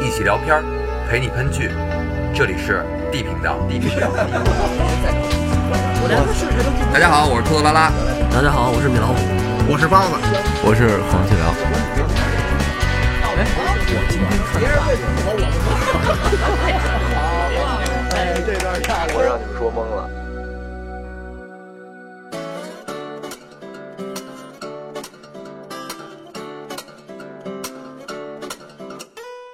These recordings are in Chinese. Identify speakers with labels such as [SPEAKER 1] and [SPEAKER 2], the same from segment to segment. [SPEAKER 1] 一起聊片儿，陪你喷剧。这里是 D 频道，D 频道。大家好，我是兔子拉拉。
[SPEAKER 2] 大家好，我是米老虎。
[SPEAKER 3] 我是包子，
[SPEAKER 4] 我是黄继辽。
[SPEAKER 3] 我让你们说懵了。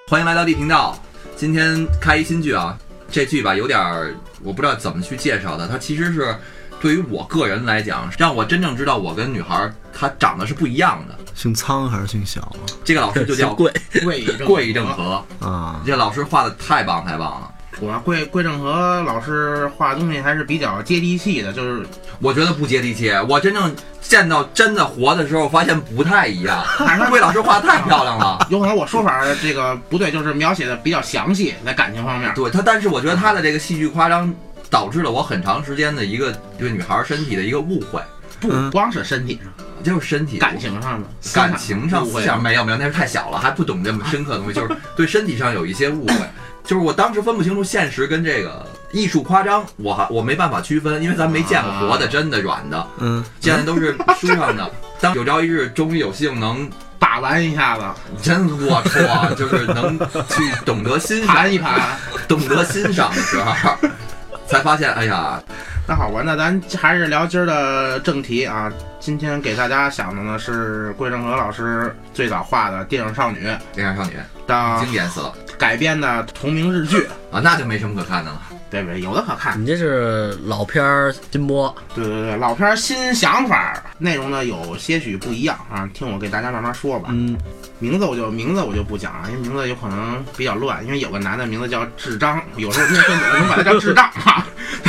[SPEAKER 1] 欢迎来到 D 频道。今天开一新剧啊，这剧吧有点儿我不知道怎么去介绍的。它其实是对于我个人来讲，让我真正知道我跟女孩儿她长得是不一样的。
[SPEAKER 4] 姓苍还是姓小啊？
[SPEAKER 1] 这个老师就叫
[SPEAKER 2] 贵，
[SPEAKER 3] 桂一正
[SPEAKER 1] 桂正，和，
[SPEAKER 4] 啊，
[SPEAKER 1] 这老师画的太棒太棒了。
[SPEAKER 3] 主要桂桂正和老师画的东西还是比较接地气的，就是
[SPEAKER 1] 我觉得不接地气。我真正见到真的活的时候，发现不太一样。魏老师画得太漂亮了，
[SPEAKER 3] 有可能我说法这个不对，就是描写的比较详细，在感情方面。
[SPEAKER 1] 对他，但是我觉得他的这个戏剧夸张，导致了我很长时间的一个对女孩身体的一个误会，
[SPEAKER 3] 不
[SPEAKER 4] 嗯
[SPEAKER 3] 光是身体上，
[SPEAKER 1] 就是身体
[SPEAKER 3] 感。情上的，思
[SPEAKER 1] 感
[SPEAKER 3] 想
[SPEAKER 1] 情上
[SPEAKER 3] 误
[SPEAKER 1] 思
[SPEAKER 3] 会
[SPEAKER 1] 想没有没有，那是太小了，还不懂这么深刻的东西， 就是对身体上有一些误会，就是我当时分不清楚现实跟这个艺术夸张，我还我没办法区分，因为咱没见过
[SPEAKER 3] 啊
[SPEAKER 1] 活的、真的、软的，
[SPEAKER 4] 嗯，
[SPEAKER 1] 现在都是书上 的。当有朝一日终于有幸能
[SPEAKER 3] 把玩一下子，
[SPEAKER 1] 真龌龊啊！就是能去懂得欣赏、
[SPEAKER 3] 盘一盘，
[SPEAKER 1] 懂得欣赏的时候，才发现，哎呀，
[SPEAKER 3] 那好玩，那咱还是聊今儿的正题啊。今天给大家想的呢是桂正和老师最早画的电影少女
[SPEAKER 1] 恋爱少女
[SPEAKER 3] 的
[SPEAKER 1] 经典死了
[SPEAKER 3] 改编的同名日剧，
[SPEAKER 1] 啊，那就没什么可看的了。
[SPEAKER 3] 对不对？有的可看。
[SPEAKER 2] 你这是老片儿金波，
[SPEAKER 3] 对对对，老片儿新想法儿，内容呢有些许不一样啊，听我给大家慢慢说吧。
[SPEAKER 4] 嗯，
[SPEAKER 3] 名字我就名字我就不讲了，因为名字有可能比较乱，因为有个男的名字叫智障，啊有时候面分组能管他叫智障啊，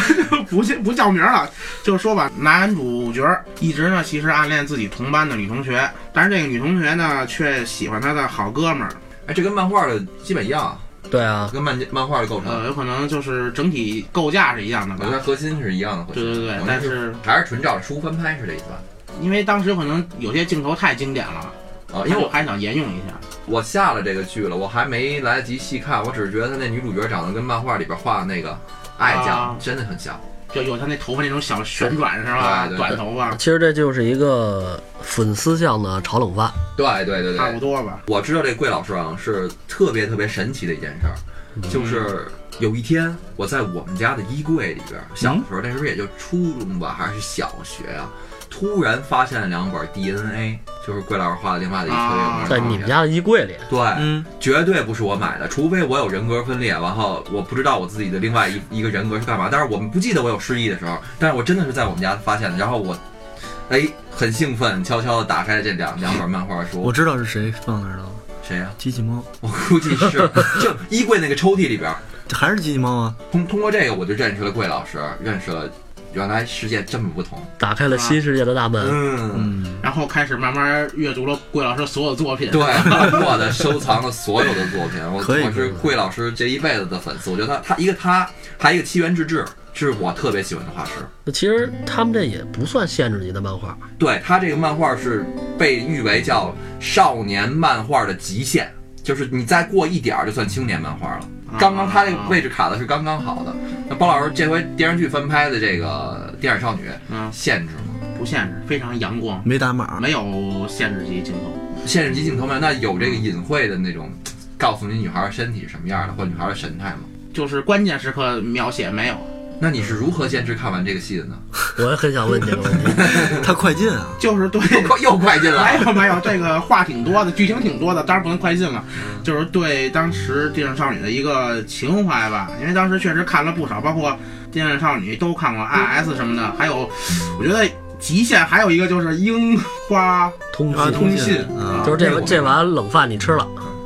[SPEAKER 3] 不叫不叫名儿了，就说吧，男主角一直呢其实暗恋自己同班的女同学，但是这个女同学呢却喜欢他的好哥们儿，
[SPEAKER 1] 哎，这跟漫画的基本一样啊，
[SPEAKER 2] 对啊，
[SPEAKER 1] 跟漫漫画的构
[SPEAKER 3] 呃，
[SPEAKER 1] 成，
[SPEAKER 3] 有可能就是整体构架是一样的
[SPEAKER 1] 我觉得
[SPEAKER 3] 吧。
[SPEAKER 1] 核心是一样的。
[SPEAKER 3] 对对对
[SPEAKER 1] 我，那
[SPEAKER 3] 但是
[SPEAKER 1] 还是纯照着书翻拍是这意思吧？
[SPEAKER 3] 因为当时可能有些镜头太经典了，
[SPEAKER 1] 啊，因
[SPEAKER 3] 因
[SPEAKER 1] 为
[SPEAKER 3] 为我
[SPEAKER 1] 我
[SPEAKER 3] 还想沿用一下。
[SPEAKER 1] 我下了这个剧了，我还没来得及细看，我只是觉得他那女主角长得跟漫画里边画的那个爱酱
[SPEAKER 3] 啊
[SPEAKER 1] 真的很像。
[SPEAKER 3] 就有他那头发那种小旋转是吧？
[SPEAKER 1] 对对对
[SPEAKER 3] 短头发，
[SPEAKER 2] 其实这就是一个粉丝向的炒冷饭。
[SPEAKER 1] 对对对
[SPEAKER 3] 差
[SPEAKER 1] 对
[SPEAKER 3] 不，多吧。
[SPEAKER 1] 我知道这桂老师啊是特别特别神奇的一件事儿，
[SPEAKER 2] 嗯
[SPEAKER 1] 就是有一天我在我们家的衣柜里边，小的时候那时候也就初中吧，还是小学啊，突然发现了两本 DNA，就是桂老师画的另外的一特别有名的
[SPEAKER 2] 在
[SPEAKER 1] 照
[SPEAKER 2] 你
[SPEAKER 1] 片
[SPEAKER 2] 们。家的衣柜里，
[SPEAKER 1] 对，
[SPEAKER 4] 嗯，
[SPEAKER 1] 绝对不是我买的，除非我有人格分裂，然后我不知道我自己的另外一一个人格是干嘛。但是我们不记得我有失忆的时候，但是我真的是在我们家发现的。然后我，哎，很兴奋，悄悄地打开了这两两本漫画
[SPEAKER 4] 我
[SPEAKER 1] 书。
[SPEAKER 4] 知道是谁放那儿的了，
[SPEAKER 1] 谁呀、
[SPEAKER 4] 机器猫，
[SPEAKER 1] 我估计是，就衣柜那个抽屉里边儿。
[SPEAKER 4] 这还是机器猫啊？
[SPEAKER 1] 通通过这个，我就认识了桂老师，认识了原来世界这么不同。
[SPEAKER 2] 打开了新世界的大门。
[SPEAKER 1] 嗯，
[SPEAKER 4] 嗯，
[SPEAKER 3] 然后开始慢慢阅读了桂老师所有作品。
[SPEAKER 1] 对，包括的收藏了所有的作品，我
[SPEAKER 4] 可以
[SPEAKER 1] 我是桂老师这一辈子的粉丝。我觉得他他一个他，还有一个七原智治，是我特别喜欢的画师。
[SPEAKER 2] 那其实他们这也不算限制级的漫画，
[SPEAKER 1] 对他这个漫画是被誉为叫少年漫画的极限，就是你再过一点儿就算青年漫画了。
[SPEAKER 3] 啊
[SPEAKER 1] 刚刚他这个位置卡的是刚刚好的。那包老师这回电视剧翻拍的这个《电影少女》
[SPEAKER 3] 嗯，
[SPEAKER 1] 限制吗？
[SPEAKER 3] 不限制，非常阳光，
[SPEAKER 4] 没打码，
[SPEAKER 3] 没有限制级镜头。
[SPEAKER 1] 限制级镜头吗？那有这个隐晦的那种，告诉你女孩身体是什么样的，或女孩的神态吗？
[SPEAKER 3] 就是关键时刻描写没有，
[SPEAKER 1] 那你是如何坚持看完这个戏的呢？
[SPEAKER 2] 我也很想问这个问题。
[SPEAKER 4] 它快进啊，
[SPEAKER 3] 就 是对，
[SPEAKER 1] 又又快进来
[SPEAKER 3] 没有没有，这个话挺多的，剧情挺多的，当然不能快进了，就是对当时电影少女的一个情怀吧，因为当时确实看了不少，包括电影少女都看过 IS 什么的，还有我觉得极限还有一个就是樱花
[SPEAKER 2] 通
[SPEAKER 4] 啊
[SPEAKER 2] 讯，
[SPEAKER 4] 通
[SPEAKER 3] 通
[SPEAKER 4] 信
[SPEAKER 3] 信
[SPEAKER 4] 啊
[SPEAKER 2] 就是
[SPEAKER 1] 这
[SPEAKER 2] 这
[SPEAKER 1] 我
[SPEAKER 2] 这碗冷饭你吃了，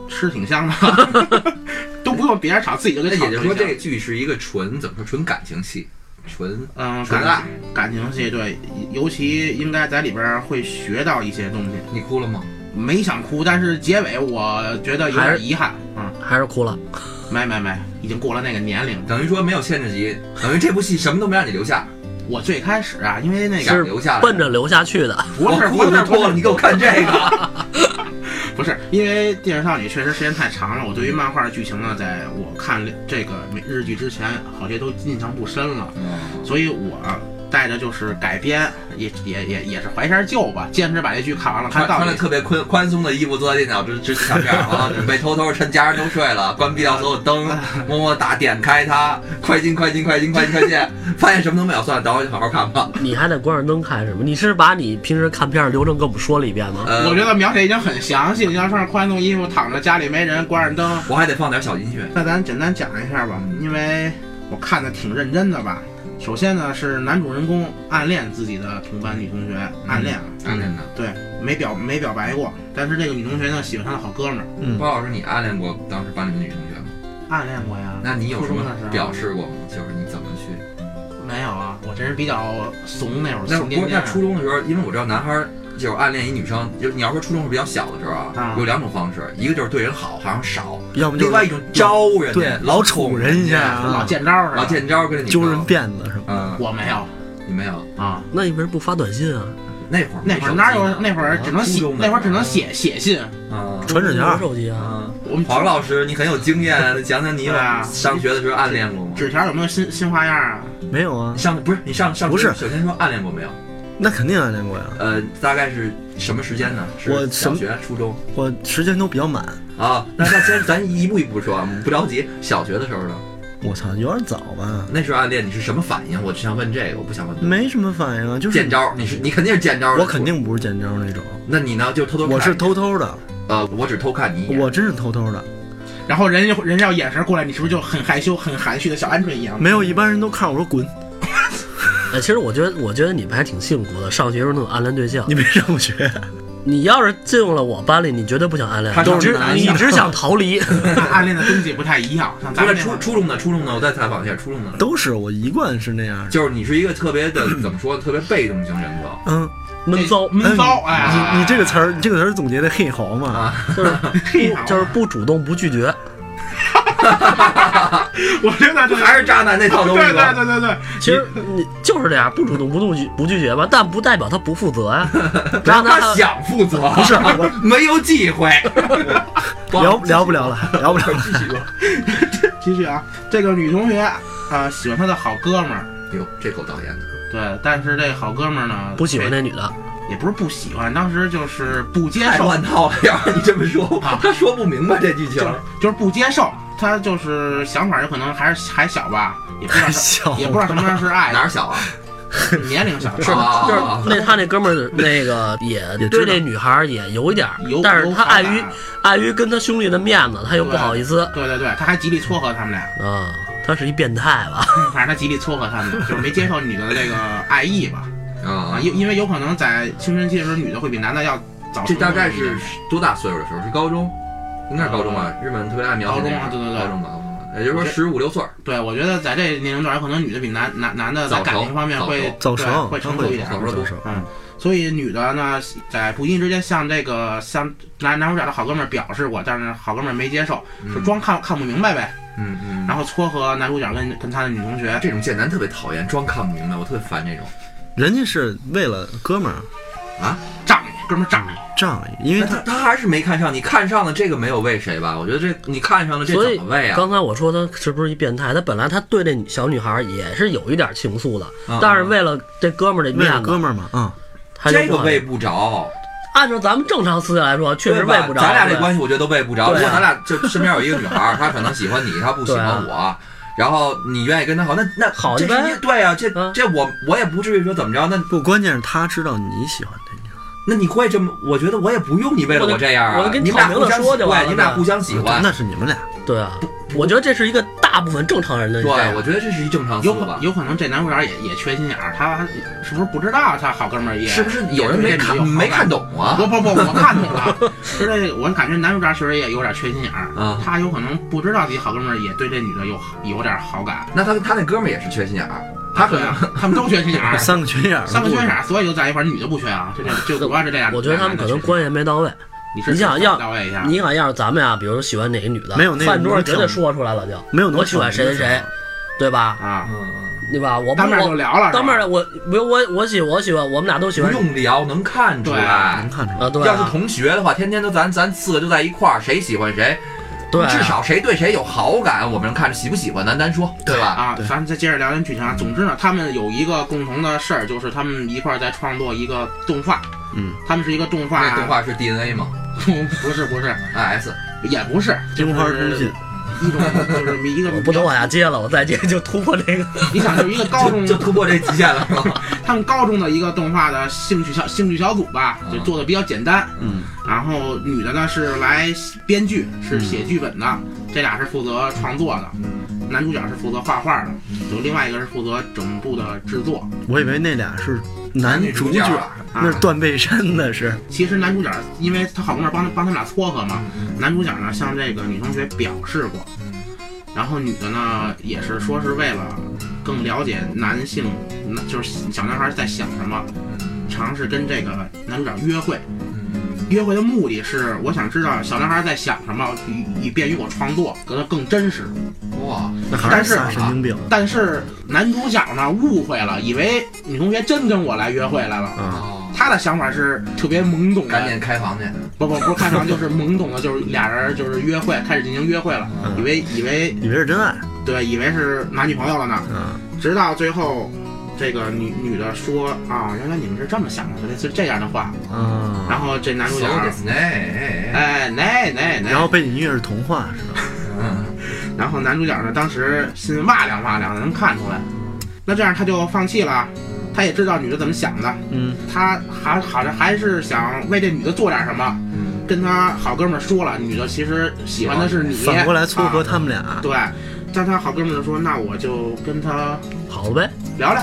[SPEAKER 3] 吃挺香的， 都不用别人炒，自己就
[SPEAKER 1] 那
[SPEAKER 3] 给炒
[SPEAKER 1] 也就是说，这
[SPEAKER 3] 香
[SPEAKER 1] 个剧是一个纯怎么说纯感情戏，纯
[SPEAKER 3] 嗯，
[SPEAKER 1] 纯
[SPEAKER 3] 感
[SPEAKER 1] 爱。
[SPEAKER 3] 感情戏对，尤其应该在里边儿会学到一些东西。
[SPEAKER 1] 你哭了吗？
[SPEAKER 3] 没想哭，但是结尾我觉得有
[SPEAKER 2] 还
[SPEAKER 3] 点
[SPEAKER 2] 是
[SPEAKER 3] 遗憾。嗯，
[SPEAKER 2] 还是哭了。
[SPEAKER 3] 没没没，已经过了那个年龄了。
[SPEAKER 1] 等于说没有限制级，等于这部戏什么都没让你留下，
[SPEAKER 3] 我最开始啊，因为那
[SPEAKER 1] 想
[SPEAKER 3] 个
[SPEAKER 1] 留下来
[SPEAKER 2] 奔着留下去的，
[SPEAKER 3] 不是
[SPEAKER 1] 我
[SPEAKER 3] 不
[SPEAKER 1] 裤
[SPEAKER 3] 是
[SPEAKER 1] 子
[SPEAKER 3] 不
[SPEAKER 1] 脱了，
[SPEAKER 3] 是
[SPEAKER 1] 你给我看这个，
[SPEAKER 3] 不是因为《电视少女》确实时间太长了，我对于漫画剧情呢，在我看这个美日剧之前，好些都印象不深了，
[SPEAKER 1] 嗯
[SPEAKER 3] 所以我带着就是改编，也也也也是怀一下旧吧，坚持把这剧看完了，
[SPEAKER 1] 穿
[SPEAKER 3] 看到
[SPEAKER 1] 穿
[SPEAKER 3] 底
[SPEAKER 1] 着特别宽宽松的衣服坐在电脑之之前面，然后准备偷偷趁家人都睡了，关闭掉所有灯，么么哒点开它，快进快进快进快进快进，发现什么都没有，算了，等会儿就好好看吧。
[SPEAKER 2] 你还得关着灯看是吗？你是把你平时看片儿流程跟我们说了一遍吗？
[SPEAKER 1] 呃，
[SPEAKER 3] 我觉得描写已经很详细了，要穿着宽松衣服躺着，家里没人，关着灯。
[SPEAKER 1] 我还得放点小音乐。
[SPEAKER 3] 那咱简单讲一下吧，因为我看的挺认真的吧。首先呢是男主人公暗恋自己的同班女同学，暗恋啊，
[SPEAKER 1] 暗恋的，
[SPEAKER 3] 对，没表没表白过，但是这个女同学呢喜欢他的好哥们儿，
[SPEAKER 4] 嗯
[SPEAKER 1] 包老师，你暗恋过当时班里的女同学吗？
[SPEAKER 3] 暗恋过呀。
[SPEAKER 1] 那你有什
[SPEAKER 3] 初中的时
[SPEAKER 1] 么
[SPEAKER 3] 候
[SPEAKER 1] 表示过吗？就是你怎么去？
[SPEAKER 3] 没有啊？我这人比较怂，那会儿
[SPEAKER 1] 那不
[SPEAKER 3] 怂颠
[SPEAKER 1] 是
[SPEAKER 3] 颠
[SPEAKER 1] 那
[SPEAKER 3] 啊。
[SPEAKER 1] 初中的时候，因为我知道男孩儿就是暗恋一女生，就你要说初中是比较小的时候啊
[SPEAKER 3] 啊，
[SPEAKER 1] 有两种方式，一个就是对人好，好像少；
[SPEAKER 4] 要么就
[SPEAKER 1] 另外一
[SPEAKER 4] 是
[SPEAKER 1] 种招人家，
[SPEAKER 4] 对老宠人家
[SPEAKER 3] 老
[SPEAKER 4] 啊，
[SPEAKER 3] 见招儿
[SPEAKER 1] 老
[SPEAKER 3] 是吧？
[SPEAKER 1] 见招跟着你
[SPEAKER 4] 揪人
[SPEAKER 1] 闹
[SPEAKER 4] 辫子什么的。
[SPEAKER 1] 嗯，
[SPEAKER 3] 我没有
[SPEAKER 1] 你没有？
[SPEAKER 3] 啊，
[SPEAKER 2] 那你为什么不发短信啊？
[SPEAKER 1] 那会儿
[SPEAKER 3] 那会儿哪有那会儿只能
[SPEAKER 1] 初
[SPEAKER 3] 写
[SPEAKER 1] 中，的
[SPEAKER 3] 那会儿只能写写信。
[SPEAKER 1] 啊？
[SPEAKER 4] 传纸条
[SPEAKER 2] 我手机啊，
[SPEAKER 1] 嗯
[SPEAKER 3] 我们
[SPEAKER 1] 黄老师，你很有经验，讲讲你有
[SPEAKER 3] 对啊
[SPEAKER 1] 上学的时候暗恋过吗？
[SPEAKER 3] 纸条有没有新新花样啊？
[SPEAKER 4] 没有啊
[SPEAKER 1] 你，上不是你上上
[SPEAKER 4] 不是
[SPEAKER 1] 首先说暗恋过没有？
[SPEAKER 4] 那肯定暗啊恋过呀。
[SPEAKER 1] 呃，大概是什么时间呢？是
[SPEAKER 4] 我什
[SPEAKER 1] 小
[SPEAKER 4] 么
[SPEAKER 1] 学、初中
[SPEAKER 4] 我时间都比较满，
[SPEAKER 1] 啊？那那先咱一步一步说，啊，不着急。小学的时候呢，
[SPEAKER 4] 我操，有点早吧？
[SPEAKER 1] 那时候暗恋你是什么反应？我只想问这个，我不想问别的。
[SPEAKER 4] 没什么反应啊，就是
[SPEAKER 1] 见招，你是你肯定是见招的。
[SPEAKER 4] 我肯。定不是见招那种，
[SPEAKER 1] 那你呢？就偷偷看
[SPEAKER 4] 我是偷偷的，
[SPEAKER 1] 呃，我只偷看你一眼。
[SPEAKER 4] 我真是偷偷的，
[SPEAKER 3] 然后人家人家要眼神过来，你是不是就很害羞、很含蓄的像鹌鹑一样？
[SPEAKER 4] 没有一般人都看我说滚，
[SPEAKER 1] 啊
[SPEAKER 2] 哎，其实我觉得，我觉得你们还挺幸福的，上学时候能有暗恋对象。
[SPEAKER 4] 你没上过学，
[SPEAKER 2] 你要是进入了我班里，你绝对不想暗恋
[SPEAKER 1] 他，
[SPEAKER 2] 你
[SPEAKER 1] 都
[SPEAKER 3] 是
[SPEAKER 2] 只
[SPEAKER 3] 男
[SPEAKER 2] 你
[SPEAKER 3] 的
[SPEAKER 2] 只想逃离。
[SPEAKER 3] 暗恋的东西不太一样，像咱
[SPEAKER 1] 不是
[SPEAKER 3] 们那会
[SPEAKER 1] 初
[SPEAKER 3] 儿
[SPEAKER 1] 初中呢？初中呢？我再采访一下初中呢。
[SPEAKER 4] 都是我一贯是那样的。
[SPEAKER 1] 就是你是一个特别 的怎么说，特别被动型人格。
[SPEAKER 4] 嗯，
[SPEAKER 2] 闷骚，
[SPEAKER 3] 闷骚，哎，
[SPEAKER 4] 你你这个词儿，你这个词儿总结的嘿好
[SPEAKER 1] 啊
[SPEAKER 4] 嘛？
[SPEAKER 2] 就是
[SPEAKER 3] 嘿好啊
[SPEAKER 2] 不就是不主动不拒绝，
[SPEAKER 3] 我觉得这个
[SPEAKER 1] 还是渣男那套
[SPEAKER 3] 对
[SPEAKER 1] 东西
[SPEAKER 3] 对
[SPEAKER 1] 吗？
[SPEAKER 3] 对对对，
[SPEAKER 2] 其实你就是这样，不主动不动拒不拒绝吧，但不代表他不负责呀、渣
[SPEAKER 1] 让
[SPEAKER 2] 男
[SPEAKER 1] 他
[SPEAKER 2] 还
[SPEAKER 1] 想负责，
[SPEAKER 4] 不是，我
[SPEAKER 1] 没有机会。
[SPEAKER 4] 聊聊不了了，聊不了了。
[SPEAKER 1] 继续吧。
[SPEAKER 3] 继续啊，这个女同学啊、喜欢她的好哥们儿，
[SPEAKER 1] 哟，这够导演的。
[SPEAKER 3] 对，但是这好哥们儿呢，
[SPEAKER 2] 不喜欢
[SPEAKER 3] 非，
[SPEAKER 2] 那女的，
[SPEAKER 3] 也不是不喜欢，当时就是不接
[SPEAKER 1] 太
[SPEAKER 3] 受，
[SPEAKER 1] 乱套了，要是你这么说
[SPEAKER 3] 啊，
[SPEAKER 1] 他说不明白这剧情
[SPEAKER 3] 就。是就是不接受，她就是想法有可能还是还小吧，也不知道她
[SPEAKER 4] 太小
[SPEAKER 3] 也不知道什么是爱
[SPEAKER 1] 哪，儿小啊？
[SPEAKER 3] 年龄小，
[SPEAKER 1] 是吧？啊
[SPEAKER 2] 那他那哥们儿那个也
[SPEAKER 4] 也知
[SPEAKER 2] 对
[SPEAKER 4] 道
[SPEAKER 2] 这女孩儿也有一点儿
[SPEAKER 3] 有，
[SPEAKER 2] 但是他碍于
[SPEAKER 3] 有好感
[SPEAKER 2] 碍于跟他兄弟的面子，他又不
[SPEAKER 3] 对
[SPEAKER 2] 好意思
[SPEAKER 3] 对对对，他还极力撮合他们俩，
[SPEAKER 2] 啊，他是一变态吧？
[SPEAKER 3] 反正他极力撮合他们，就是没接受女的这个爱意吧。啊，
[SPEAKER 1] 啊！
[SPEAKER 3] 因因为有可能在青春期的时候，女的会比男的要早
[SPEAKER 1] 这
[SPEAKER 3] 熟
[SPEAKER 1] 大概
[SPEAKER 3] 一点
[SPEAKER 1] 是多大岁数的时候？是高中？应该是高中吧？日本特别爱描写这个
[SPEAKER 3] 啊高中啊对对对
[SPEAKER 1] 高中吧，高中吧。也就是说十五六岁儿，
[SPEAKER 3] 对，我觉得在这年龄段，有可能女的比男男男的在
[SPEAKER 1] 早熟
[SPEAKER 3] 感情方面会
[SPEAKER 4] 早熟
[SPEAKER 3] 对会
[SPEAKER 4] 真
[SPEAKER 3] 成
[SPEAKER 4] 会
[SPEAKER 3] 熟一点
[SPEAKER 1] 早。熟
[SPEAKER 4] 早熟
[SPEAKER 3] 所以女的呢，在不经意之间向这个向男男主角的好哥们儿表示过，但是好哥们儿没接受，
[SPEAKER 1] 嗯
[SPEAKER 3] 就装看看不明白呗，
[SPEAKER 1] 嗯嗯。
[SPEAKER 3] 然后撮合男主角跟跟他的女同学。
[SPEAKER 1] 这种贱男特别讨厌，装看不明白，我特别烦这种。
[SPEAKER 4] 人家是为了哥们儿
[SPEAKER 3] 仗义，哥们儿仗义，
[SPEAKER 4] 仗义，因
[SPEAKER 1] 那
[SPEAKER 4] 为
[SPEAKER 1] 他
[SPEAKER 4] 他
[SPEAKER 1] 他还是没看上你，看上了这个没有为谁吧？我觉得这你看上了这
[SPEAKER 2] 所以
[SPEAKER 1] 怎么为啊？
[SPEAKER 2] 刚才我说他是不是一变态？他本来他对这女小女孩儿也是有一点情愫的，
[SPEAKER 1] 嗯
[SPEAKER 2] 但是为了这哥们儿这
[SPEAKER 4] 为了
[SPEAKER 2] 面
[SPEAKER 4] 哥
[SPEAKER 2] 子，
[SPEAKER 4] 们儿嘛，啊，
[SPEAKER 2] 他就
[SPEAKER 1] 这
[SPEAKER 2] 不
[SPEAKER 1] 个
[SPEAKER 2] 好意
[SPEAKER 1] 喂
[SPEAKER 2] 思
[SPEAKER 1] 不着，
[SPEAKER 2] 按照咱们正常思想来说，确实
[SPEAKER 1] 对吧
[SPEAKER 2] 喂不着。
[SPEAKER 1] 咱俩这
[SPEAKER 2] 对
[SPEAKER 1] 关系，我觉得都喂不着。
[SPEAKER 2] 对啊
[SPEAKER 1] 如果咱俩就身边有一个女孩儿，她可能喜欢你，她不喜欢我，然后你愿意跟她好，那那
[SPEAKER 2] 啊好
[SPEAKER 1] 这
[SPEAKER 2] 一般
[SPEAKER 1] 是你对啊，这、
[SPEAKER 2] 嗯
[SPEAKER 1] 这我我也不至于说怎么着。那
[SPEAKER 4] 不，关键是他知道你喜欢这个，
[SPEAKER 1] 那你会这么？我觉得我也不用你为了
[SPEAKER 2] 我就
[SPEAKER 1] 我这样
[SPEAKER 2] 我
[SPEAKER 1] 啊
[SPEAKER 2] 就。跟
[SPEAKER 1] 你们俩
[SPEAKER 2] 挑明
[SPEAKER 1] 互
[SPEAKER 2] 了
[SPEAKER 1] 相
[SPEAKER 2] 说就
[SPEAKER 1] 对，
[SPEAKER 2] 完了嗯
[SPEAKER 1] 你们俩互相喜欢。
[SPEAKER 4] 那是你们俩，
[SPEAKER 2] 对啊，我觉得这是一个大部分正常人的
[SPEAKER 1] 对
[SPEAKER 2] 这样，
[SPEAKER 1] 我觉得这是一正常思
[SPEAKER 3] 有
[SPEAKER 1] 路
[SPEAKER 3] 可
[SPEAKER 1] 啊吧。
[SPEAKER 3] 有可能这男主角也也缺心眼儿，他是不是不知道他好哥们儿也
[SPEAKER 1] 是不是有人没看
[SPEAKER 3] 也对这女的有好感
[SPEAKER 1] 没看懂啊
[SPEAKER 3] 不？不不，我看懂 了，是这，我感觉男主角确实也有点缺心眼儿，
[SPEAKER 1] 啊
[SPEAKER 3] 他有可能不知道自己好哥们儿也对这女的有有点好感，
[SPEAKER 1] 那他他那哥们儿也是缺心眼儿，他可
[SPEAKER 3] 对
[SPEAKER 1] 能
[SPEAKER 3] 啊，他们都缺心眼 儿，
[SPEAKER 4] 三个缺眼儿，
[SPEAKER 3] 三个缺心眼儿，所以就在一块儿，女的不缺啊，就这就主要是这样。
[SPEAKER 2] 我觉得他们可能关系还没到位。
[SPEAKER 3] 你是
[SPEAKER 2] 你想要
[SPEAKER 3] 到位一下，
[SPEAKER 2] 你想要是咱们呀，比如喜欢哪个女的，
[SPEAKER 4] 没有那个
[SPEAKER 2] 饭桌上绝对
[SPEAKER 4] 能
[SPEAKER 2] 说出来了就，
[SPEAKER 4] 没有能
[SPEAKER 2] 我喜欢谁谁谁，对吧？
[SPEAKER 3] 啊，
[SPEAKER 1] 嗯
[SPEAKER 2] 对吧？我不
[SPEAKER 3] 当面就
[SPEAKER 2] 我
[SPEAKER 3] 聊了，
[SPEAKER 2] 当面儿我，比如我我喜我喜欢，我们俩都喜
[SPEAKER 1] 不
[SPEAKER 2] 欢
[SPEAKER 1] 用聊能看出
[SPEAKER 4] 能
[SPEAKER 1] 来。
[SPEAKER 4] 看出来。
[SPEAKER 2] 啊，对啊，
[SPEAKER 1] 要是同学的话，天天都咱咱四个就在一块儿，谁喜欢谁，
[SPEAKER 2] 对啊
[SPEAKER 1] 至少谁对谁有好感，我们看着喜不喜欢，咱单说，对吧？
[SPEAKER 3] 啊，
[SPEAKER 4] 对
[SPEAKER 3] 咱再接着聊咱剧情啊。总之呢，他们有一个共同的事儿，就是他们一块儿在创作一个动画。
[SPEAKER 4] 嗯，
[SPEAKER 3] 他们是一个动画，
[SPEAKER 1] 那动画是 DNA 吗
[SPEAKER 3] 不是不是，
[SPEAKER 1] ？IS
[SPEAKER 3] 也不是，
[SPEAKER 4] 金花通信，
[SPEAKER 3] 一 种就是一个
[SPEAKER 2] 我不能啊往下接了，我再接就突破这个。
[SPEAKER 3] 你想就是一个高中
[SPEAKER 1] 就就突破这极限了，是吧？
[SPEAKER 3] 他们高中的一个动画的兴趣小兴趣小组吧，就
[SPEAKER 1] 嗯
[SPEAKER 3] 做的比较简单。
[SPEAKER 4] 嗯，
[SPEAKER 3] 然后女的呢是来编剧，是写剧本的，这俩是负责创作的，男主角是负责画画的，有另外一个是负责整部的制作。
[SPEAKER 4] 我以为那俩是男
[SPEAKER 1] 女
[SPEAKER 4] 主
[SPEAKER 1] 角
[SPEAKER 4] 角，
[SPEAKER 1] 啊
[SPEAKER 3] 啊
[SPEAKER 4] 那是断背山的是，
[SPEAKER 3] 其实男主角，因为他好哥们儿帮他帮他们俩撮合嘛，男主角呢向这个女同学表示过，然后女的呢也是说是为了更了解男性，那就是小男孩在想什么，尝试跟这个男主角约会。
[SPEAKER 1] 嗯
[SPEAKER 3] 约会的目的是我想知道小男孩在想什么，以以便于我创作，给他更真实。
[SPEAKER 1] 哇，
[SPEAKER 4] 那还
[SPEAKER 3] 但
[SPEAKER 4] 是
[SPEAKER 3] 是
[SPEAKER 4] 仨神经病
[SPEAKER 3] 但是男主角呢误会了，以为女同学真跟我来约会来了。
[SPEAKER 4] 啊！
[SPEAKER 1] 哦
[SPEAKER 3] 他的想法是特别懵懂
[SPEAKER 1] 赶
[SPEAKER 3] 的，
[SPEAKER 1] 紧开房去，
[SPEAKER 3] 不不不是看上就是懵懂的，就是俩人就是约会，开始进行约会了，以为以为
[SPEAKER 4] 以为是真爱，
[SPEAKER 3] 对，以为是男女朋友了呢，
[SPEAKER 4] 嗯，
[SPEAKER 3] 直到最后。这个女女的说啊，原来你们是这么想的，是这样的话。
[SPEAKER 4] 啊，
[SPEAKER 3] 然后这男主角，
[SPEAKER 1] 小 Disney，哎哎
[SPEAKER 3] 哎，奶奶奶，
[SPEAKER 4] 然后背景音乐是童话是吧？
[SPEAKER 1] 嗯
[SPEAKER 3] 然后男主角呢，当时心哇凉哇凉的，能看出来。那这样他就放弃了，他也知道女的怎么想的，
[SPEAKER 4] 嗯，
[SPEAKER 3] 他还好像还是想为这女的做点什么。
[SPEAKER 1] 嗯
[SPEAKER 3] 跟他好哥们儿说了，女的其实喜欢的是你，
[SPEAKER 4] 反过来撮合
[SPEAKER 3] 啊
[SPEAKER 4] 他们俩，
[SPEAKER 3] 对，但他好哥们儿就说，那我就跟他
[SPEAKER 2] 好了呗，
[SPEAKER 3] 聊聊。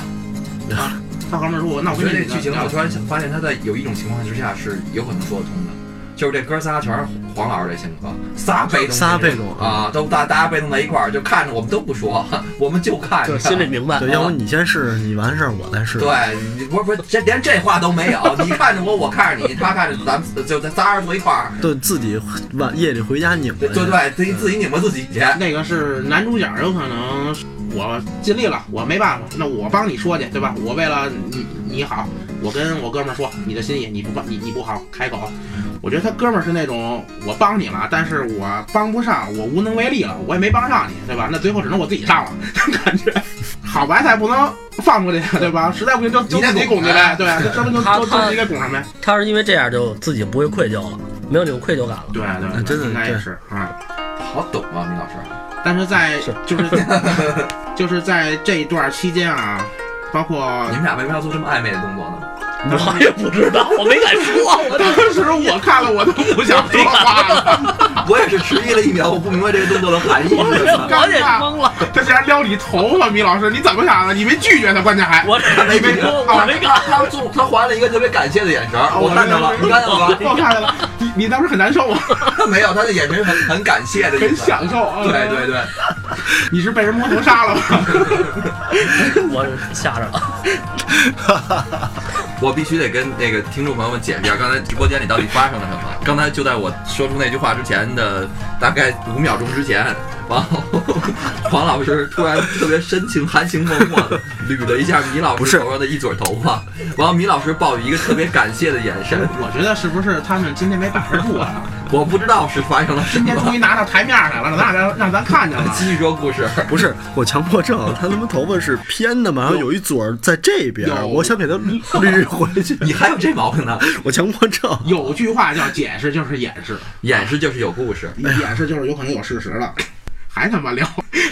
[SPEAKER 3] 啊，他好哥们儿说，我那
[SPEAKER 1] 我
[SPEAKER 3] 我
[SPEAKER 1] 觉
[SPEAKER 3] 跟
[SPEAKER 1] 得这
[SPEAKER 3] 这女的
[SPEAKER 1] 剧情，
[SPEAKER 3] 聊
[SPEAKER 1] 我
[SPEAKER 3] 聊
[SPEAKER 1] 突然发现他在有一种情况之下是有可能说得通的，就是这哥仨全是黄老师这性格，仨被动，
[SPEAKER 4] 仨被动，
[SPEAKER 1] 啊，都大大家被动在一块儿，就看着我们都不说，我们就看
[SPEAKER 2] 就
[SPEAKER 1] 着，
[SPEAKER 2] 心里明白。
[SPEAKER 4] 对，要不你先试试，你完事儿我再试。
[SPEAKER 1] 对，你不是不是，这连这话都没有，你看着我，我看着你，他看着咱们，就咱仨人坐一块儿，
[SPEAKER 4] 对，自己晚夜里回家拧
[SPEAKER 1] 对
[SPEAKER 4] 巴去。
[SPEAKER 1] 对，自己自己拧巴自己去。
[SPEAKER 3] 那个是男主角，有可能我尽力了，我没办法，那我帮你说去，对吧？我为了你你好，我跟我哥们儿说你的心意，你不帮你你不好开口。我觉得他哥们儿是那种我帮你了，但是我帮不上，我无能为力了，我也没帮上你，对吧？那最后只能我自己上了， 感觉好白菜不能放过去，对吧？实在不行就就
[SPEAKER 1] 你得
[SPEAKER 3] 自己
[SPEAKER 1] 拱
[SPEAKER 3] 拱去
[SPEAKER 1] 啊
[SPEAKER 3] 呗，对吧？这不就
[SPEAKER 2] 他
[SPEAKER 3] 就
[SPEAKER 2] 他
[SPEAKER 3] 就自己给拱上呗？
[SPEAKER 2] 他是因为这样就自己不会愧疚了，没有那种愧疚感了。
[SPEAKER 3] 对对
[SPEAKER 4] 嗯真的
[SPEAKER 3] 应该也
[SPEAKER 4] 对
[SPEAKER 3] 是啊。
[SPEAKER 1] 好懂啊，米老师，
[SPEAKER 3] 但是在
[SPEAKER 2] 是
[SPEAKER 3] 就是就是在这一段期间啊，包括
[SPEAKER 1] 你们俩为什么要做这么暧昧的动作呢？
[SPEAKER 2] 我也不知道，我没敢 说。
[SPEAKER 3] 当时我看了我都不想说话了，
[SPEAKER 1] 我也是迟疑了一秒，我不明白这个动作的含义是
[SPEAKER 2] 我也
[SPEAKER 1] 什么。
[SPEAKER 2] 我也懵了，
[SPEAKER 3] 他竟然撩你头发，米老师你怎么想的？你没拒绝他，关键还
[SPEAKER 2] 我这
[SPEAKER 1] 没没
[SPEAKER 2] 我我没敢。
[SPEAKER 1] 他做他还了一个特别感谢的眼神，我看到了，你看到了吗？
[SPEAKER 3] 我看见了，你你当时很难受啊，
[SPEAKER 1] 他没有，他的眼神很很感谢的，
[SPEAKER 3] 很。享受啊。
[SPEAKER 1] 对对对，
[SPEAKER 3] 你是被人摸头杀了吗？
[SPEAKER 2] 我吓着了。
[SPEAKER 1] 我必须得跟那个听众朋友们解释一下，刚才直播间里到底发生了什么。刚才就在我说出那句话之前的大概五秒钟之前，王王老师突然特别深情、含情脉脉的捋了一下米老
[SPEAKER 4] 不
[SPEAKER 1] 师
[SPEAKER 4] 是
[SPEAKER 1] 头上的一撮头发，然后米老师抱有一个特别感谢的眼神。
[SPEAKER 3] 我觉得是不是他们今天没把持住啊？
[SPEAKER 1] 我不知道是发生了什
[SPEAKER 3] 今天
[SPEAKER 1] 么
[SPEAKER 3] 终。于拿到台面上来了，让咱让咱看见了。
[SPEAKER 1] 继续说故事，
[SPEAKER 4] 不是我强迫症，他他妈头发是偏的嘛，然后有一撮儿在这边
[SPEAKER 3] 有，
[SPEAKER 4] 我想给他捋回去。
[SPEAKER 1] 你还有这毛病呢？
[SPEAKER 4] 我强迫症，
[SPEAKER 3] 有句话叫解释就是掩饰，
[SPEAKER 1] 掩饰就是有故事。
[SPEAKER 3] 掩饰就是有可能有事实了，还他妈撩。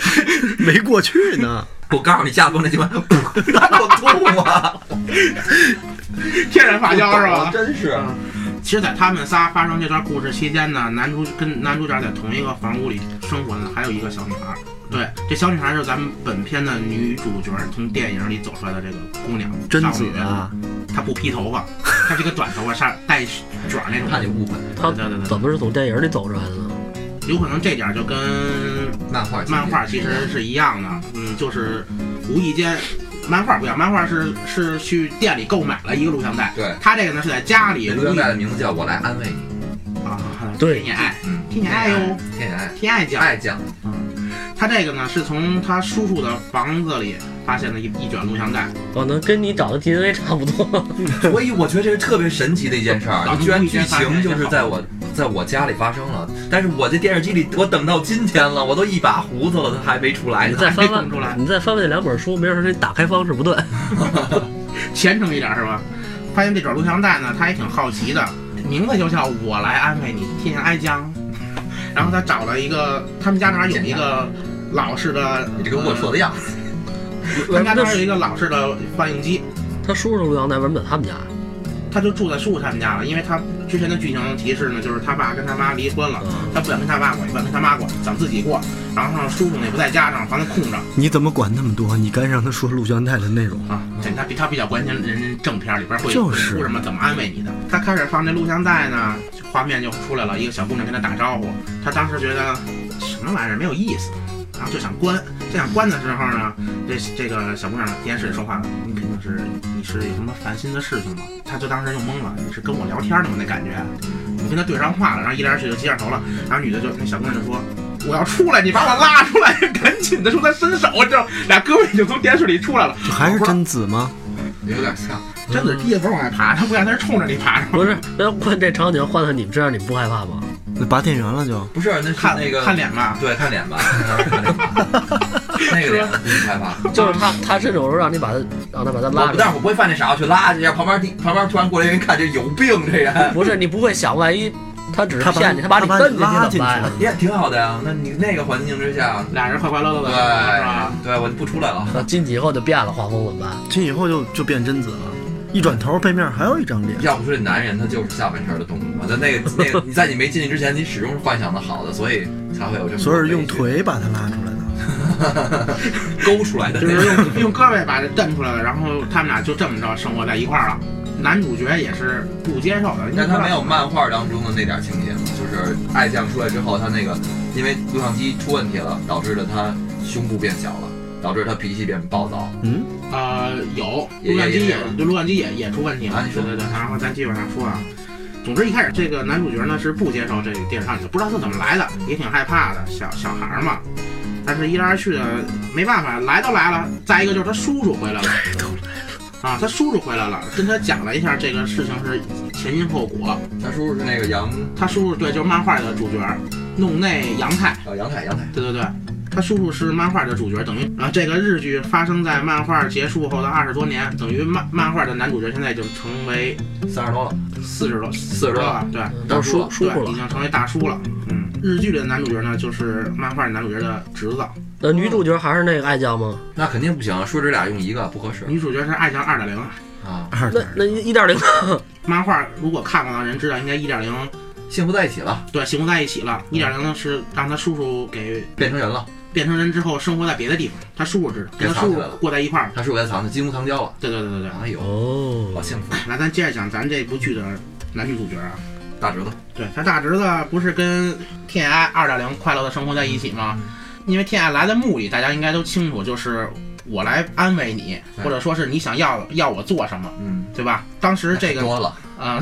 [SPEAKER 4] 没过去 呢。
[SPEAKER 1] 我告诉你，下次 那地方，我吐啊！
[SPEAKER 3] 天然发胶 是吧？
[SPEAKER 1] 真是。
[SPEAKER 3] 其实，在他们仨发生这段故事期间呢，男主跟男主角在同一个房屋里生活的还有一个小女孩。对，这小女孩就是咱们本片的女主角，从电影里走出来的这个姑娘，
[SPEAKER 4] 贞
[SPEAKER 3] 少
[SPEAKER 4] 子
[SPEAKER 3] 女。
[SPEAKER 4] 啊，
[SPEAKER 3] 她不披头发，她是个短头发，上带卷儿那种。
[SPEAKER 1] 怕你误会，
[SPEAKER 2] 他
[SPEAKER 3] 对对对
[SPEAKER 2] 怎么是从电影里走出来的呢？
[SPEAKER 3] 对，有可能这点儿就跟
[SPEAKER 1] 漫画
[SPEAKER 3] 漫画其实是一样的，嗯，就是无意间，漫画不一样，漫画是是去店里购买了一个录像带，
[SPEAKER 1] 对。
[SPEAKER 3] 她这个呢是在家里
[SPEAKER 1] 有
[SPEAKER 3] 无
[SPEAKER 1] 个
[SPEAKER 3] 意
[SPEAKER 1] 带的名字叫我来安慰你，
[SPEAKER 3] 啊，
[SPEAKER 2] 对
[SPEAKER 3] 天眼爱，
[SPEAKER 1] 嗯，
[SPEAKER 3] 天眼爱哟，
[SPEAKER 1] 天眼爱，
[SPEAKER 3] 天眼爱讲。
[SPEAKER 1] 爱酱，
[SPEAKER 3] 他这个呢是从他叔叔的房子里发现了一一卷录像带，
[SPEAKER 2] 可哦能跟你找的 DNA 差不多。
[SPEAKER 1] 所以我觉得这是特别神奇的一件事儿
[SPEAKER 3] 啊，
[SPEAKER 1] 居然剧情就是在我在我家里发生了，但是我这电视机里我等到今天了，我都一把胡子了，它还没出来
[SPEAKER 2] 你
[SPEAKER 1] 呢。
[SPEAKER 2] 再翻
[SPEAKER 3] 没看出来
[SPEAKER 2] 翻，你再翻翻那两本书，没准儿是你打开方式不对。
[SPEAKER 3] 虔诚一点是吧？发现这卷录像带呢，他也挺好奇的，名字就叫“我来安慰你，天涯江”。然后他找了一个，他们家那儿有一个老式的，
[SPEAKER 1] 你这跟我说
[SPEAKER 3] 的，
[SPEAKER 1] 的一样，
[SPEAKER 3] 他们家那儿有一个老式的放映机，
[SPEAKER 2] 他叔叔录像带为什么在他们家？
[SPEAKER 3] 他就住在叔叔他们家了，因为他之前的剧情提示呢，就是他爸跟他妈离婚了，
[SPEAKER 2] 嗯
[SPEAKER 3] 他不想跟他爸过，也不想跟他妈过，想自己过。然后呢，叔叔呢也不在家，让房子空着
[SPEAKER 4] 你怎么管那么多？你该让他说录像带的内容。
[SPEAKER 3] 啊。这他比他比较关心人家正片里边会
[SPEAKER 4] 嗯就是
[SPEAKER 3] 会出什么，怎么安慰你的。他开始放这录像带呢，画面就出来了，一个小姑娘跟他打招呼。他当时觉得什么玩意儿没有意思，然后就想关。就想关的时候呢，这这个小姑娘电视说话了，你肯定是你是有什么烦心的事情吗？他就当时就懵了，你是跟我聊天呢吗？那感觉。我跟他对上话了，然后一来二去就接上头了，然后女的就那小姑娘就说：“我要出来，你把我拉出来！” 赶紧的说他伸手，这俩胳膊就从电视里出来了，
[SPEAKER 4] 这还是贞子吗？
[SPEAKER 1] 有点像。
[SPEAKER 3] 真的是第一头往外爬，他不敢，他是冲着你爬的。
[SPEAKER 2] 不是，那换这场景换到你们身上，你们不害怕吗？
[SPEAKER 4] 那拔电源了就。
[SPEAKER 1] 不是，那是
[SPEAKER 3] 看
[SPEAKER 1] 那个
[SPEAKER 3] 看，脸吧，
[SPEAKER 1] 对，看 脸吧，看脸吧那个脸不害怕。
[SPEAKER 2] 就是他，他伸手让你把他，让他把他
[SPEAKER 1] 我
[SPEAKER 2] 拉
[SPEAKER 1] 不，
[SPEAKER 2] 着
[SPEAKER 1] 但。是我不会犯那傻，去拉去，要旁边地旁边突然过来一人看，这有病这人，
[SPEAKER 2] 不是，你不会想，万一他只是
[SPEAKER 4] 他把
[SPEAKER 2] 骗你，他把你
[SPEAKER 4] 他把
[SPEAKER 2] 蹬
[SPEAKER 4] 你
[SPEAKER 2] 进去
[SPEAKER 4] 拉
[SPEAKER 2] 怎么办呀？
[SPEAKER 1] 也挺好的呀。那你那个环境之下，
[SPEAKER 3] 俩人快快乐乐
[SPEAKER 1] 对
[SPEAKER 3] 的，是吧？
[SPEAKER 1] 对，我就不出来了。
[SPEAKER 2] 那进去以后就变了画风怎么办？
[SPEAKER 4] 进以后就就变贞子了，一转头背面还有一张脸。
[SPEAKER 1] 要不说这男人他就是下半身的动物嘛，在那个那个你在你没进去之前，你始终是幻想的好的，所以才会有这么多
[SPEAKER 4] 所以是用
[SPEAKER 1] 悲剧
[SPEAKER 4] 腿把他拉出来的。
[SPEAKER 1] 勾出来的
[SPEAKER 3] 就
[SPEAKER 1] 那
[SPEAKER 3] 是
[SPEAKER 1] 种。
[SPEAKER 3] 用用胳膊把这蹬出来了，然后他们俩就这么着生活在一块儿了。男主角也是不接受的，因为
[SPEAKER 1] 但他没有漫画当中的那点情节嘛，就是爱将出来之后，他那个因为录像机出问题了，导致了他胸部变小了，导致他脾气变暴躁。
[SPEAKER 4] 嗯，
[SPEAKER 3] 呃，有
[SPEAKER 1] 也
[SPEAKER 3] 录像机
[SPEAKER 1] 也
[SPEAKER 3] 也
[SPEAKER 1] 也，
[SPEAKER 3] 对录像机也也出问题了
[SPEAKER 1] 啊。你说
[SPEAKER 3] 对对对，然后咱继续往下说啊。总之一开始这个男主角呢是不接受这个电视上，就不知道他怎么来的，也挺害怕的，小小孩儿嘛。但是一来二去的没办法，来都来了。再一个就是他叔叔 回来了，啊，他叔叔回来了，跟他讲了一下这个事情是前因后果。
[SPEAKER 1] 他叔叔是那个杨
[SPEAKER 3] 他叔叔对，就是漫画的主角，弄内阳太。
[SPEAKER 1] 呃杨太杨太，
[SPEAKER 3] 对对对，他叔叔是漫画的主角，等于啊，这个日剧发生在漫画结束后的二十多年，等于漫漫画的男主角现在已经成为
[SPEAKER 1] 三十多了，
[SPEAKER 3] 四十多
[SPEAKER 1] 四十多了，
[SPEAKER 3] 了，对
[SPEAKER 2] 都是
[SPEAKER 1] 叔
[SPEAKER 2] 叔叔
[SPEAKER 3] 对，已
[SPEAKER 2] 了。
[SPEAKER 3] 经成为大叔了。嗯，日剧里的男主角呢，就是漫画男主角的侄子，
[SPEAKER 2] 那女主角还是那个爱酱吗？
[SPEAKER 1] 那肯定不行，啊说这俩用一个不合适
[SPEAKER 3] 女主角是爱酱二点零。
[SPEAKER 1] 啊。
[SPEAKER 4] 二
[SPEAKER 2] 那
[SPEAKER 4] 点
[SPEAKER 2] 那一点零，
[SPEAKER 3] 漫画如果看过的人知道，应该一点零
[SPEAKER 1] 幸福在一起了，
[SPEAKER 3] 对形容在一起了，
[SPEAKER 1] 嗯
[SPEAKER 3] 一点零呢是让他叔叔给
[SPEAKER 1] 变成人了，
[SPEAKER 3] 变成人之后生活在别的地方，他叔叔知道，跟
[SPEAKER 1] 给
[SPEAKER 3] 他
[SPEAKER 1] 藏
[SPEAKER 3] 叔
[SPEAKER 1] 起
[SPEAKER 3] 叔
[SPEAKER 1] 来了
[SPEAKER 3] 过在一块儿了。
[SPEAKER 1] 他叔叔给他藏的金屋藏娇了。
[SPEAKER 3] 对对对对对。
[SPEAKER 1] 哎呦，好
[SPEAKER 2] 哦，
[SPEAKER 1] 幸福，
[SPEAKER 3] 那咱接着讲咱这部剧的男女主角啊，
[SPEAKER 1] 大侄子。
[SPEAKER 3] 对他大侄子不是跟天涯二点零快乐的生活在一起吗？因为天涯来的目的大家应该都清楚，就是我来安慰你，
[SPEAKER 1] 对
[SPEAKER 3] 或者说是你想要要我做什么，
[SPEAKER 1] 嗯，
[SPEAKER 3] 对吧？当时这个
[SPEAKER 1] 多了，
[SPEAKER 3] 啊、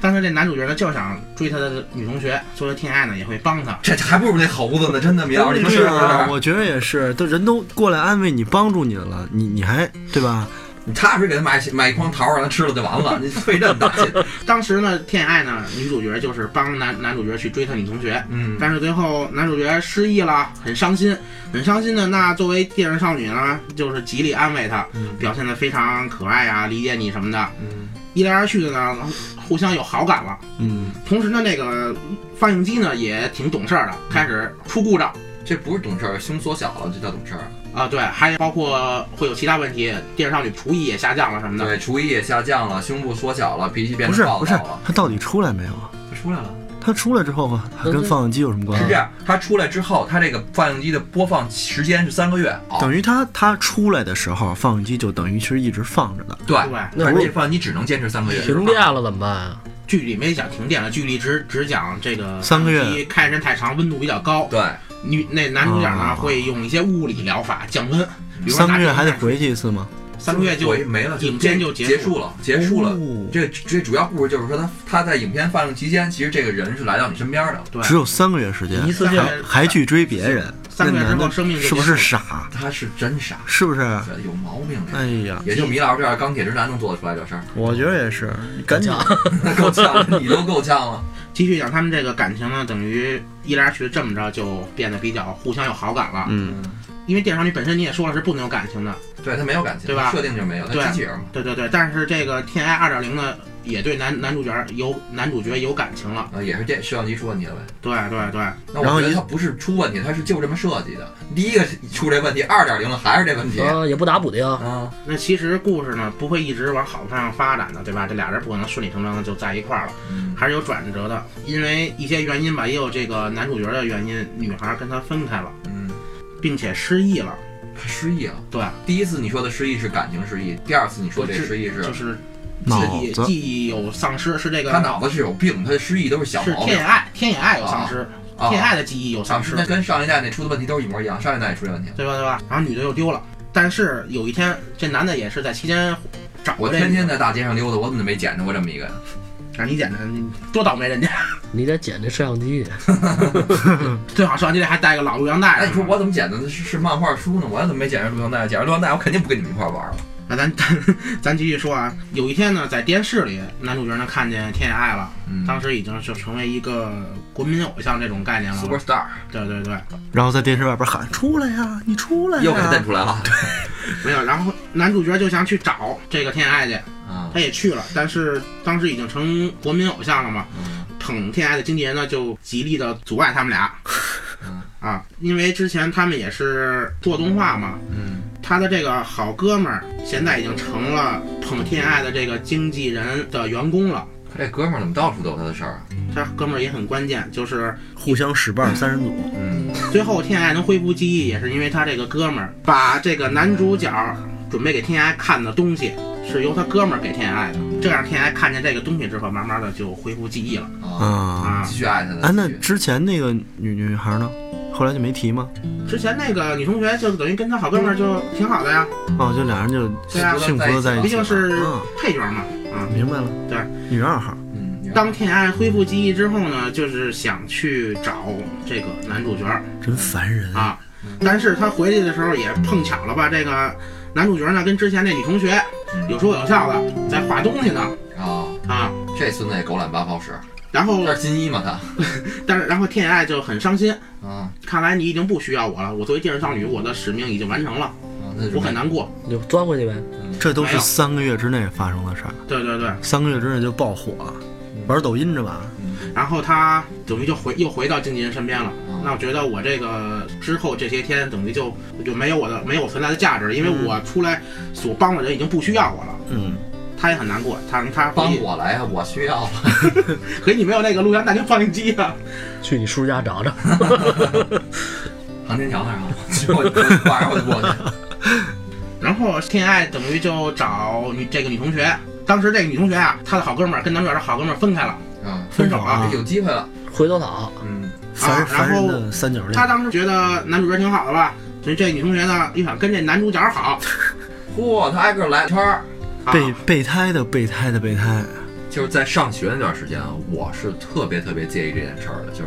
[SPEAKER 3] 当时这男主角呢就想追他的女同学，所以天涯呢也会帮他。
[SPEAKER 1] 这还不如那猴子呢，真的，米老师，你说
[SPEAKER 4] 是
[SPEAKER 1] 不
[SPEAKER 4] 啊，我觉得也是，都人都过来安慰你、帮助你了，你你还对吧？
[SPEAKER 1] 你踏实给他买买一筐桃儿，让他吃了就完了，你费这么大劲。
[SPEAKER 3] 当时呢，天涯呢女主角就是帮男男主角去追他女同学，
[SPEAKER 1] 嗯，
[SPEAKER 3] 但是最后男主角失忆了，很伤心，很伤心的。那作为电视少女呢，就是极力安慰他，
[SPEAKER 1] 嗯
[SPEAKER 3] 表现的非常可爱啊，理解你什么的。
[SPEAKER 1] 嗯
[SPEAKER 3] 一来二去的呢，互相有好感了。
[SPEAKER 4] 嗯，
[SPEAKER 3] 同时呢，那个放映机呢也挺懂事儿的，开始出故障
[SPEAKER 1] 这不是懂事儿，胸缩小了，这叫懂事儿。
[SPEAKER 3] 啊，对，还有包括会有其他问题，电视少女厨艺也下降了什么的。
[SPEAKER 1] 对，厨艺也下降了，胸部缩小了，脾气变
[SPEAKER 4] 不
[SPEAKER 1] 得
[SPEAKER 4] 是
[SPEAKER 1] 暴
[SPEAKER 4] 不是
[SPEAKER 1] 躁了，。
[SPEAKER 4] 他到底出来没有啊？
[SPEAKER 1] 他出来了，
[SPEAKER 4] 他出来之后啊，他跟放映机有什么关
[SPEAKER 1] 是这
[SPEAKER 4] 系？
[SPEAKER 1] 样。他出来之后，他这个放映机的播放时间是三个月。哦，
[SPEAKER 4] 等于他他出来的时候，放映机就等于是一直放着的。
[SPEAKER 1] 对，
[SPEAKER 3] 对
[SPEAKER 2] 那
[SPEAKER 1] 而
[SPEAKER 2] 不
[SPEAKER 1] 且
[SPEAKER 2] 是
[SPEAKER 1] 放映机只能坚持三个月。
[SPEAKER 2] 停电了怎么办啊？
[SPEAKER 3] 剧里没讲停电了，剧里只只讲这个
[SPEAKER 4] 三个月
[SPEAKER 3] 放映机开时间太长，温度比较高。
[SPEAKER 1] 对，
[SPEAKER 3] 女那男主角呢、
[SPEAKER 4] 啊
[SPEAKER 3] 会用一些物理疗法降温，比如说
[SPEAKER 4] 三个月
[SPEAKER 3] 拿
[SPEAKER 4] 还得
[SPEAKER 3] 电
[SPEAKER 4] 回去一次吗？
[SPEAKER 3] 三个月就
[SPEAKER 1] 我也没了，就
[SPEAKER 3] 影片就
[SPEAKER 1] 结
[SPEAKER 3] 结
[SPEAKER 1] 束了，结束了。
[SPEAKER 4] 哦
[SPEAKER 1] 这这主要故事就是说他他在影片放映期间，其实这个人是来到你身边的。
[SPEAKER 3] 对
[SPEAKER 4] 只有三个月时间，
[SPEAKER 2] 一次性
[SPEAKER 3] 还
[SPEAKER 4] 还去追别人，那
[SPEAKER 3] 三个月之
[SPEAKER 4] 男
[SPEAKER 3] 后
[SPEAKER 4] 的
[SPEAKER 3] 生命就是
[SPEAKER 4] 不是傻？
[SPEAKER 1] 他是真傻，
[SPEAKER 4] 是不是？
[SPEAKER 3] 啊
[SPEAKER 1] 有毛病。啊
[SPEAKER 4] 哎呀，
[SPEAKER 1] 也就米老师这样钢铁直男能做得出来这 事儿，
[SPEAKER 4] 我觉得也是，赶紧
[SPEAKER 1] 那够呛，你都够呛了。
[SPEAKER 3] 继续讲他们这个感情呢，等于一来二去这么着就变得比较互相有好感了。
[SPEAKER 4] 嗯，
[SPEAKER 3] 因为电商你本身你也说了是不能有感情的，
[SPEAKER 1] 对他没有感情，
[SPEAKER 3] 对吧
[SPEAKER 1] 设定就没有，
[SPEAKER 3] 对啊
[SPEAKER 1] 他机器人嘛。
[SPEAKER 3] 对对对。但是这个《天 I 二点零》呢，也对男男主角有男主角有感情了。
[SPEAKER 1] 啊，也是电摄像机出问题了呗。
[SPEAKER 3] 对对对，
[SPEAKER 1] 那
[SPEAKER 4] 然后
[SPEAKER 1] 我觉得
[SPEAKER 4] 一
[SPEAKER 1] 它不是出问题，它是就这么设计的。第一个是出这问题，二点零了还是这问 题
[SPEAKER 2] 啊，也不打补丁，
[SPEAKER 1] 啊？
[SPEAKER 3] 那其实故事呢不会一直往好方向发展的，对吧？这俩人不可能顺理成章的就在一块儿了，
[SPEAKER 1] 嗯
[SPEAKER 3] 还是有转折的。因为一些原因吧，也有这个男主角的原因，女孩跟他分开了，
[SPEAKER 1] 嗯，
[SPEAKER 3] 并且失忆了。
[SPEAKER 1] 他失忆了。
[SPEAKER 3] 对，
[SPEAKER 1] 第一次你说的失忆是感情失忆，第二次你说这
[SPEAKER 3] 是
[SPEAKER 1] 失忆是
[SPEAKER 3] 就是
[SPEAKER 4] 脑
[SPEAKER 3] 记忆
[SPEAKER 4] 子
[SPEAKER 3] 记忆有丧失，是这个
[SPEAKER 1] 他脑子是有病，他的失忆都是小
[SPEAKER 3] 是
[SPEAKER 1] 毛
[SPEAKER 3] 天
[SPEAKER 1] 病
[SPEAKER 3] 野爱，天野爱有丧失，
[SPEAKER 1] 啊
[SPEAKER 3] 天野。爱的记忆有丧
[SPEAKER 1] 丧
[SPEAKER 3] 失
[SPEAKER 1] 失，那跟上一代那出的问题都是一模一样，上一代也出这问题了。
[SPEAKER 3] 对吧？对吧？然后女的又丢了，但是有一天这男的也是在期间找
[SPEAKER 1] 我
[SPEAKER 3] 过这
[SPEAKER 1] 天天
[SPEAKER 3] 的，
[SPEAKER 1] 在大街上溜达，我怎么没捡着过这么一个呀？
[SPEAKER 3] 让你捡的，你多倒霉人家，
[SPEAKER 2] 你得捡这摄像机去。
[SPEAKER 3] 最好摄像机里还带个老录像带。
[SPEAKER 1] 哎，你说我怎么捡的是是漫画书呢？我怎么没捡着录像带？捡着录像带，我肯定不跟你们一块玩了。
[SPEAKER 3] 那咱 咱咱继续说啊，有一天呢，在电视里，男主角呢看见天野爱了，
[SPEAKER 1] 嗯
[SPEAKER 3] 当时已经就成为一个国民偶像这种概念了。
[SPEAKER 1] ，Super Star
[SPEAKER 3] 对对对，
[SPEAKER 4] 然后在电视外边喊出来呀、你出来
[SPEAKER 1] 又给他
[SPEAKER 4] 呀、
[SPEAKER 1] 瞪出来了。
[SPEAKER 3] 没有。然后男主角就想去找这个天野爱去，
[SPEAKER 1] 啊
[SPEAKER 3] 他，也去了，但是当时已经成国民偶像了嘛，
[SPEAKER 1] 嗯
[SPEAKER 3] 捧天爱的经纪人呢就极力的阻碍他们俩
[SPEAKER 1] 嗯。
[SPEAKER 3] 啊，因为之前他们也是做动画嘛，
[SPEAKER 1] 嗯
[SPEAKER 3] 他的这个好哥们儿现在已经成了捧天爱的这个经纪人的员工了。
[SPEAKER 1] 这哥们儿怎么到处都有他的事儿啊？
[SPEAKER 3] 他哥们儿也很关键，就是
[SPEAKER 4] 互相使绊三人组，
[SPEAKER 1] 嗯
[SPEAKER 3] 最后天爱能恢复记忆，也是因为他这个哥们儿把这个男主角准备给天爱看的东西，是由他哥们儿给天爱的。这样天爱看见这个东西之后，慢慢的就恢复记忆了
[SPEAKER 1] 啊，
[SPEAKER 4] 啊。
[SPEAKER 3] 啊
[SPEAKER 1] 继。续爱他的。
[SPEAKER 4] 哎，那
[SPEAKER 1] 继续
[SPEAKER 4] 之前那个女女孩呢？后来就没提吗？
[SPEAKER 3] 之前那个女同学就等于跟他好哥们儿就挺好的呀，
[SPEAKER 4] 哦，就俩人就
[SPEAKER 3] 对啊
[SPEAKER 4] 幸福的在一
[SPEAKER 3] 毕
[SPEAKER 4] 起了。
[SPEAKER 3] 竟是
[SPEAKER 4] 嗯，
[SPEAKER 3] 配角嘛啊。
[SPEAKER 4] 明白了。
[SPEAKER 3] 对，
[SPEAKER 4] 女二号。
[SPEAKER 1] 嗯，你看
[SPEAKER 3] 当天爱恢复记忆之后呢，就是想去找这个男主角
[SPEAKER 4] 真烦人！
[SPEAKER 3] 啊，
[SPEAKER 4] 嗯
[SPEAKER 3] 但是他回去的时候也碰巧了吧，这个男主角呢跟之前那女同学
[SPEAKER 4] 嗯
[SPEAKER 3] 有说有笑的在画东西呢
[SPEAKER 1] 啊，
[SPEAKER 3] 啊，
[SPEAKER 1] 这孙子也狗懒八泡屎，
[SPEAKER 3] 然后
[SPEAKER 1] 这是金一嘛他
[SPEAKER 3] 但是然后天野爱就很伤心，
[SPEAKER 1] 啊
[SPEAKER 3] 看来你已经不需要我了，我作为电视少女，我的使命已经完成了，
[SPEAKER 1] 啊，那就是
[SPEAKER 3] 我很难过。
[SPEAKER 2] 你就钻回去呗。
[SPEAKER 4] 这都
[SPEAKER 3] 没
[SPEAKER 4] 是
[SPEAKER 3] 有
[SPEAKER 4] 三个月之内发生的事儿，
[SPEAKER 3] 对对对，
[SPEAKER 4] 三个月之内就爆火，玩抖音着吧？
[SPEAKER 3] 然后他等于就回又回到经纪人身边了。
[SPEAKER 1] 嗯
[SPEAKER 3] 那我觉得我这个之后这些天等于就就没有我的没有存在的价值，因为
[SPEAKER 1] 嗯
[SPEAKER 3] 我出来所帮的人已经不需要我了。
[SPEAKER 4] 嗯，
[SPEAKER 3] 他也很难过，他他回
[SPEAKER 1] 帮
[SPEAKER 3] 去，
[SPEAKER 1] 我来啊，我需要了。
[SPEAKER 3] 可是你没有那个录像带跟放映机啊。
[SPEAKER 2] 去你叔家找找，
[SPEAKER 1] 航天桥那儿 啊，我晚上我就过去。
[SPEAKER 3] 然后天爱等于就找女这个女同学，当时这个女同学啊，她的好哥们儿跟男主角的好哥们儿分开了，
[SPEAKER 1] 嗯，
[SPEAKER 3] 分手了。
[SPEAKER 4] 啊
[SPEAKER 1] 有机会了。
[SPEAKER 2] 回头草。
[SPEAKER 1] 嗯，
[SPEAKER 4] 烦
[SPEAKER 3] 啊
[SPEAKER 4] 烦
[SPEAKER 3] 然
[SPEAKER 4] 人
[SPEAKER 3] 后
[SPEAKER 4] 的三角恋。
[SPEAKER 3] 她当时觉得男主角挺好的吧，所以这女同学呢又想跟这男主角好，
[SPEAKER 1] 嚯，他挨个来了圈儿。
[SPEAKER 3] 啊、
[SPEAKER 4] 备备胎的备胎的备胎，
[SPEAKER 1] 就是在上学那段时间啊，我是特别特别介意这件事儿的，就是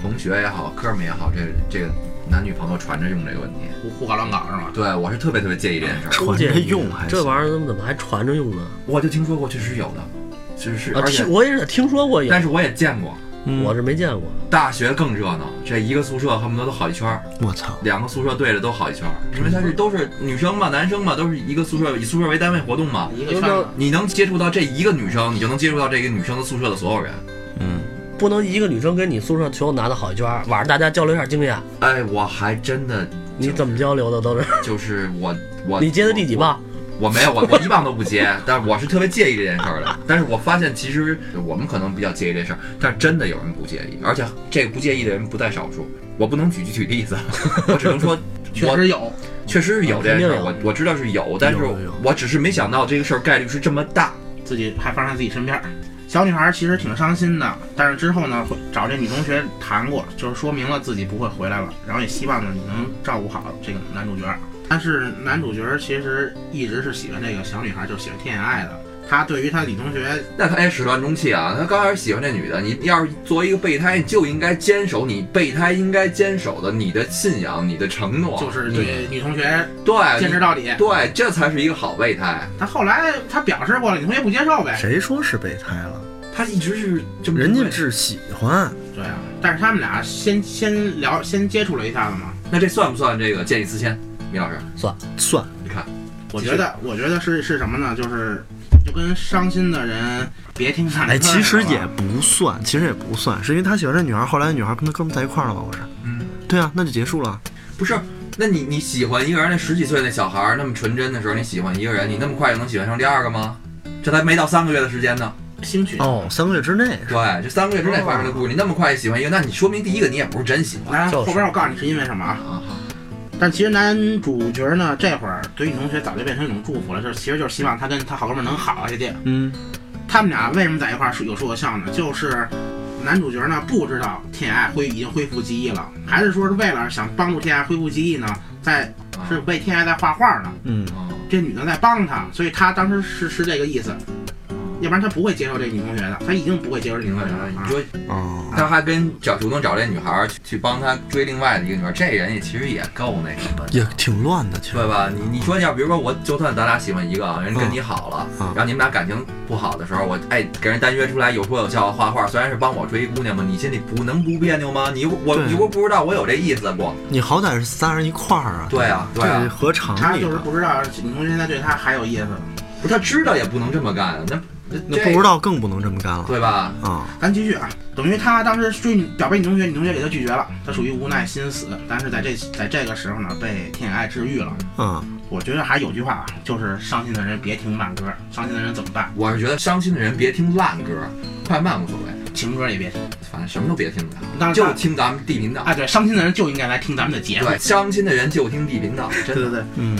[SPEAKER 1] 同学也好，哥们也好，这这个男女朋友传着用这个问题，
[SPEAKER 3] 胡胡搞乱搞是吧？
[SPEAKER 1] 对我是特别特别介意这件事儿。
[SPEAKER 4] 传着用还行
[SPEAKER 2] 这玩意儿怎么怎么还传着用呢？
[SPEAKER 1] 我就听说过，确实有的，其实是，
[SPEAKER 2] 啊，
[SPEAKER 1] 而且
[SPEAKER 2] 听我也是听说过有
[SPEAKER 1] 但，是我也见过，
[SPEAKER 4] 嗯
[SPEAKER 2] 我是没见过。
[SPEAKER 1] 大学更热闹，这一个宿舍恨不得都好一圈儿。
[SPEAKER 4] 我操，
[SPEAKER 1] 两个宿舍对着都好一圈儿，因为它是都是女生嘛，男生嘛，都是一个宿舍以宿舍为单位活动嘛。
[SPEAKER 3] 一个圈子。
[SPEAKER 1] 你能接触到这一个女生，你就能接触到这个女生的宿舍的所有人。
[SPEAKER 4] 嗯，
[SPEAKER 2] 不能一个女生跟你宿舍所有男的好一圈儿，晚上大家交流一下经验。
[SPEAKER 1] 哎，我还真的
[SPEAKER 2] 你怎么交流的都是？
[SPEAKER 1] 就是我我
[SPEAKER 2] 你接的第几棒？
[SPEAKER 1] 我没有，我我一棒都不接，但是我是特别介意这件事儿的。但是我发现其实我们可能比较介意这事儿，但是真的有人不介意，而且这个不介意的人不在少数。我不能举具体例子， 我只能说
[SPEAKER 3] 确实啊有，
[SPEAKER 1] 确实是有这件事
[SPEAKER 2] 肯定
[SPEAKER 1] 儿，
[SPEAKER 2] 有
[SPEAKER 1] 我我知道是有，但是
[SPEAKER 4] 有有
[SPEAKER 1] 我只是没想到这个事儿概率是这么大。
[SPEAKER 3] 自己还发生在自己身边儿。小女孩其实挺伤心的，但是之后呢，会找这女同学谈过，就是说明了自己不会回来了，然后也希望呢你能照顾好这个男主角。但是男主角其实一直是喜欢这个小女孩，就喜欢天野爱的。他对于他李同学，
[SPEAKER 1] 那他也始乱终弃啊！他刚开始喜欢这女的，你要是作为一个备胎，你就应该坚守你备胎应该坚守的你的信仰、你的承诺，
[SPEAKER 4] 嗯
[SPEAKER 3] 就是
[SPEAKER 1] 你
[SPEAKER 3] 对女同学
[SPEAKER 4] 哎
[SPEAKER 1] 对
[SPEAKER 3] 坚持到底。
[SPEAKER 1] 对，这才是一个好备胎。
[SPEAKER 3] 他后来他表示过了，女同学不接受呗。
[SPEAKER 4] 谁说是备胎了？
[SPEAKER 1] 他一直是这么
[SPEAKER 4] 人家是喜欢，
[SPEAKER 3] 对啊，但是他们俩先先聊，先接触了一下子嘛。
[SPEAKER 1] 那这算不算这个见异思迁？米老师，
[SPEAKER 4] 算
[SPEAKER 1] 你看，
[SPEAKER 3] 我觉得，我觉得是是什么呢？就是就跟伤心的人别听他。
[SPEAKER 4] 哎，其实也不算，其实也不算，是因为他喜欢这女孩，后来女孩跟他哥们在一块儿了吗？不是，
[SPEAKER 1] 嗯，
[SPEAKER 4] 对啊，那就结束了。
[SPEAKER 1] 不是，那你你喜欢一个人，那十几岁那小孩儿那么纯真的时候，你喜欢一个人，你那么快就能喜欢上第二个吗？这才没到三个月的时间呢。
[SPEAKER 3] 兴许。
[SPEAKER 4] 哦，三个月之内是吧，
[SPEAKER 1] 对，这三个月之内发生的故事，你那么快喜欢一个，那你说明第一个你也不是真喜欢
[SPEAKER 3] 来，
[SPEAKER 2] 就是
[SPEAKER 3] 后边我告诉你是因为什么啊？
[SPEAKER 1] 啊。
[SPEAKER 3] 但其实男主角呢，这会儿对女同学早就变成一种祝福了，就是其实就是希望他跟他好哥们儿能好下去。
[SPEAKER 4] 嗯，
[SPEAKER 3] 他们俩为什么在一块儿是有说有笑呢？就是男主角呢不知道天爱恢已经恢复记忆了，还是说是为了想帮助天爱恢复记忆呢？在是为天爱在画画呢？
[SPEAKER 4] 嗯，
[SPEAKER 1] 啊
[SPEAKER 3] 这女的在帮他，所以他当时是是这个意思，要不然他不会接受这女同学的，他一定不会接受这女
[SPEAKER 1] 明
[SPEAKER 3] 同
[SPEAKER 1] 白
[SPEAKER 3] 学
[SPEAKER 1] 明白，
[SPEAKER 3] 的。啊
[SPEAKER 1] 你说
[SPEAKER 4] 哦，
[SPEAKER 1] 他还跟找主动找这女孩儿去去帮他追另外的一个女孩儿，这人也其实也够那什么的，
[SPEAKER 4] 也挺乱的，其实
[SPEAKER 1] 对吧？你你说要比如说我就算咱俩喜欢一个啊人跟你好了，
[SPEAKER 4] 嗯嗯
[SPEAKER 1] 然后你们俩感情不好的时候，我哎给人单约出来有说有笑画画，虽然是帮我追一姑娘嘛，你心里不能不别扭吗？你我
[SPEAKER 4] 对
[SPEAKER 1] 你又不知道我有这意思不？
[SPEAKER 4] 你好歹是仨人一块儿啊，
[SPEAKER 1] 对啊对
[SPEAKER 4] 这
[SPEAKER 1] 啊，
[SPEAKER 4] 何尝
[SPEAKER 3] 他
[SPEAKER 4] 那
[SPEAKER 3] 就是
[SPEAKER 4] 个？
[SPEAKER 3] 不知道女同学现在对他还有意思。
[SPEAKER 1] 不是他知道也不能这么干，那
[SPEAKER 4] 那
[SPEAKER 1] 这
[SPEAKER 4] 不知道更不能这么干了
[SPEAKER 1] 对吧？
[SPEAKER 4] 啊！
[SPEAKER 3] 咱继续啊，等于他当时追女表白女同学，女同学给他拒绝了，他属于无奈心死。但是在这在这个时候呢，被天爱治愈了。
[SPEAKER 4] 嗯，
[SPEAKER 3] 我觉得还有句话啊，就是伤心的人别听慢歌，伤心的人怎么办？
[SPEAKER 1] 我是觉得伤心的人别听烂歌，快慢无所谓，
[SPEAKER 3] 情歌也别听。
[SPEAKER 1] 反正什么都别听了，
[SPEAKER 3] 那
[SPEAKER 1] 就听咱们地频道。
[SPEAKER 3] 啊，对，伤心的人就应该来听咱们的节目
[SPEAKER 1] 对，。伤心的人就听地频道，真
[SPEAKER 3] 对
[SPEAKER 1] 的
[SPEAKER 3] 对对，
[SPEAKER 4] 嗯，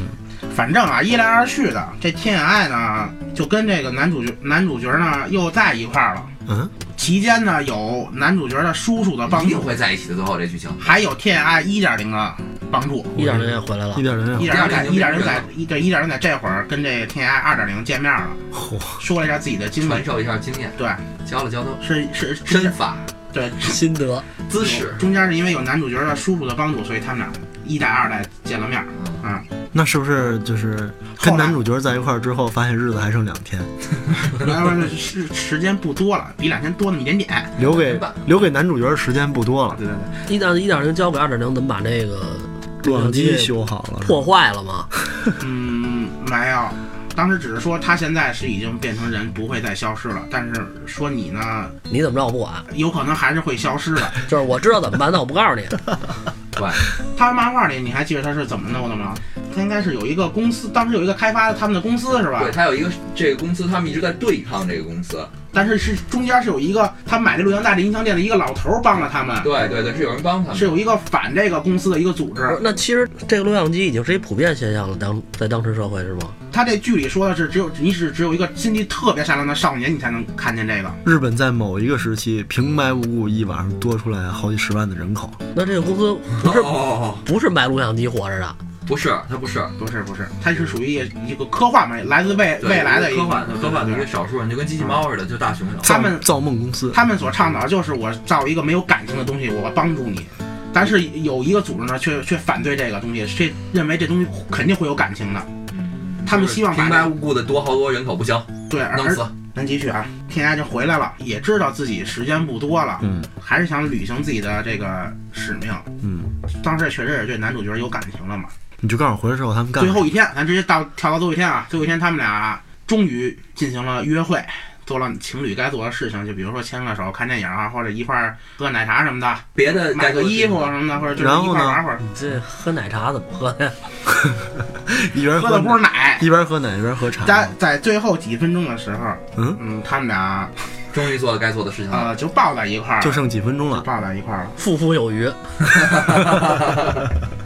[SPEAKER 3] 反正啊，一来二去的，这天眼爱呢，就跟这个男主角男主角呢又在一块儿了。
[SPEAKER 4] 嗯，
[SPEAKER 3] 期间呢，有男主角的叔叔的帮
[SPEAKER 1] 一定
[SPEAKER 3] 助，
[SPEAKER 1] 会在一起的。最后这剧情，
[SPEAKER 3] 还有天眼爱一点零的帮助。
[SPEAKER 2] 一点零也回来了
[SPEAKER 4] 啊一，点人
[SPEAKER 3] 一
[SPEAKER 4] 也
[SPEAKER 3] 点零在一嗯点零
[SPEAKER 1] 1.0
[SPEAKER 3] 在一对一点零在这会儿跟这天眼爱二点零见面了，
[SPEAKER 4] 嚯，
[SPEAKER 3] 说了一下自己的经
[SPEAKER 1] 传
[SPEAKER 3] 历。
[SPEAKER 1] 授一下经验，
[SPEAKER 3] 对，
[SPEAKER 1] 教了教他
[SPEAKER 3] 是是是
[SPEAKER 1] 身法、
[SPEAKER 3] 对
[SPEAKER 2] 心得
[SPEAKER 1] 姿势。
[SPEAKER 3] 中间是因为有男主角的叔叔的帮助，所以他们俩一代二代见了面。嗯，
[SPEAKER 4] 那是不是就是跟男主角在一块儿之后，发现日子还剩两天，
[SPEAKER 3] 然后是时间不多了，比两天多那么一点点。
[SPEAKER 4] 留给
[SPEAKER 1] 明白
[SPEAKER 4] 留给男主角的时间不多了。
[SPEAKER 3] 对对对，
[SPEAKER 2] 一点一点零交给二点零，怎么把这个
[SPEAKER 4] 录像机修好了，
[SPEAKER 2] 破坏了吗？
[SPEAKER 3] 嗯，没有，当时只是说他现在是已经变成人，不会再消失了。但是说你呢，
[SPEAKER 2] 你怎么着我不管，
[SPEAKER 3] 有可能还是会消失的。
[SPEAKER 2] 就是我知道怎么办，但我 不告诉你。
[SPEAKER 1] 对，
[SPEAKER 3] 他漫画里你还记得他是怎么弄的吗？他应该是有一个公司，当时有一个开发他们的公司是吧啊
[SPEAKER 1] 对，？他有一个这个公司，他们一直在对抗这个公司。
[SPEAKER 3] 但是是中间是有一个他买的录像带的音像店的一个老头儿帮了他们，
[SPEAKER 1] 对对对，是有人帮他们
[SPEAKER 3] 是。有一个反这个公司的一个组织。
[SPEAKER 2] 不是那其实这个录像机已经是一普遍现象了，当在当时社会是吗？
[SPEAKER 3] 他这剧里说的是，只有你只只有一个心地特别善良的少年，你才能看见这个。
[SPEAKER 4] 日本在某一个时期平白无故一晚上多出来好几十万的人口，
[SPEAKER 2] 那这个公司
[SPEAKER 1] 哦
[SPEAKER 2] 不是
[SPEAKER 1] 哦哦，
[SPEAKER 2] 不是卖录像机活着的，
[SPEAKER 1] 哦不是，他不是。
[SPEAKER 3] 不是不是，它是属于一个科幻嘛，来自未
[SPEAKER 1] 对
[SPEAKER 3] 未来的一个
[SPEAKER 1] 科幻的科幻的一
[SPEAKER 3] 对
[SPEAKER 1] 个少数人，就跟机器猫似的，就大熊掌。
[SPEAKER 3] 他们
[SPEAKER 4] 造梦公司，
[SPEAKER 3] 他们所倡导的就是我造一个没有感情的东西，我帮助你。但是有一个组织呢，却却反对这个东西，这认为这东西肯定会有感情的。他们希望把
[SPEAKER 1] 平白无故的多好多人口不行，
[SPEAKER 3] 对，
[SPEAKER 1] 弄
[SPEAKER 3] 而
[SPEAKER 1] 死。
[SPEAKER 3] 咱继续啊，天涯就回来了，也知道自己时间不多了，
[SPEAKER 4] 嗯
[SPEAKER 3] 还是想履行自己的这个使命。
[SPEAKER 4] 嗯，
[SPEAKER 3] 当时确实也对男主角有感情了嘛。
[SPEAKER 4] 你就告诉我回来之后他们干
[SPEAKER 3] 最
[SPEAKER 4] 了
[SPEAKER 3] 后一天，咱直接到跳到最后一天啊，最后一天他们俩终于进行了约会，做了情侣该做的事情，就比如说牵个手、看电影啊，或者一块儿喝奶茶什么的，
[SPEAKER 1] 别的该
[SPEAKER 3] 买个
[SPEAKER 1] 做的
[SPEAKER 3] 衣
[SPEAKER 1] 事情
[SPEAKER 3] 服啊什么的，或者就
[SPEAKER 4] 然
[SPEAKER 3] 是一
[SPEAKER 4] 后
[SPEAKER 3] 块
[SPEAKER 4] 呢
[SPEAKER 3] 儿玩会儿。
[SPEAKER 2] 你这喝奶茶怎么喝的呀？
[SPEAKER 4] 一边
[SPEAKER 3] 喝的不
[SPEAKER 4] 奶
[SPEAKER 3] 是奶，
[SPEAKER 4] 一边喝奶一边喝茶，
[SPEAKER 3] 在在最后几分钟的时候，
[SPEAKER 4] 嗯
[SPEAKER 3] 他们俩
[SPEAKER 1] 终于做了该做的事情了。
[SPEAKER 3] 呃就抱在一块儿了，
[SPEAKER 4] 就剩几分钟
[SPEAKER 3] 就
[SPEAKER 4] 了，
[SPEAKER 3] 抱在一块儿了，
[SPEAKER 2] 富夫有余，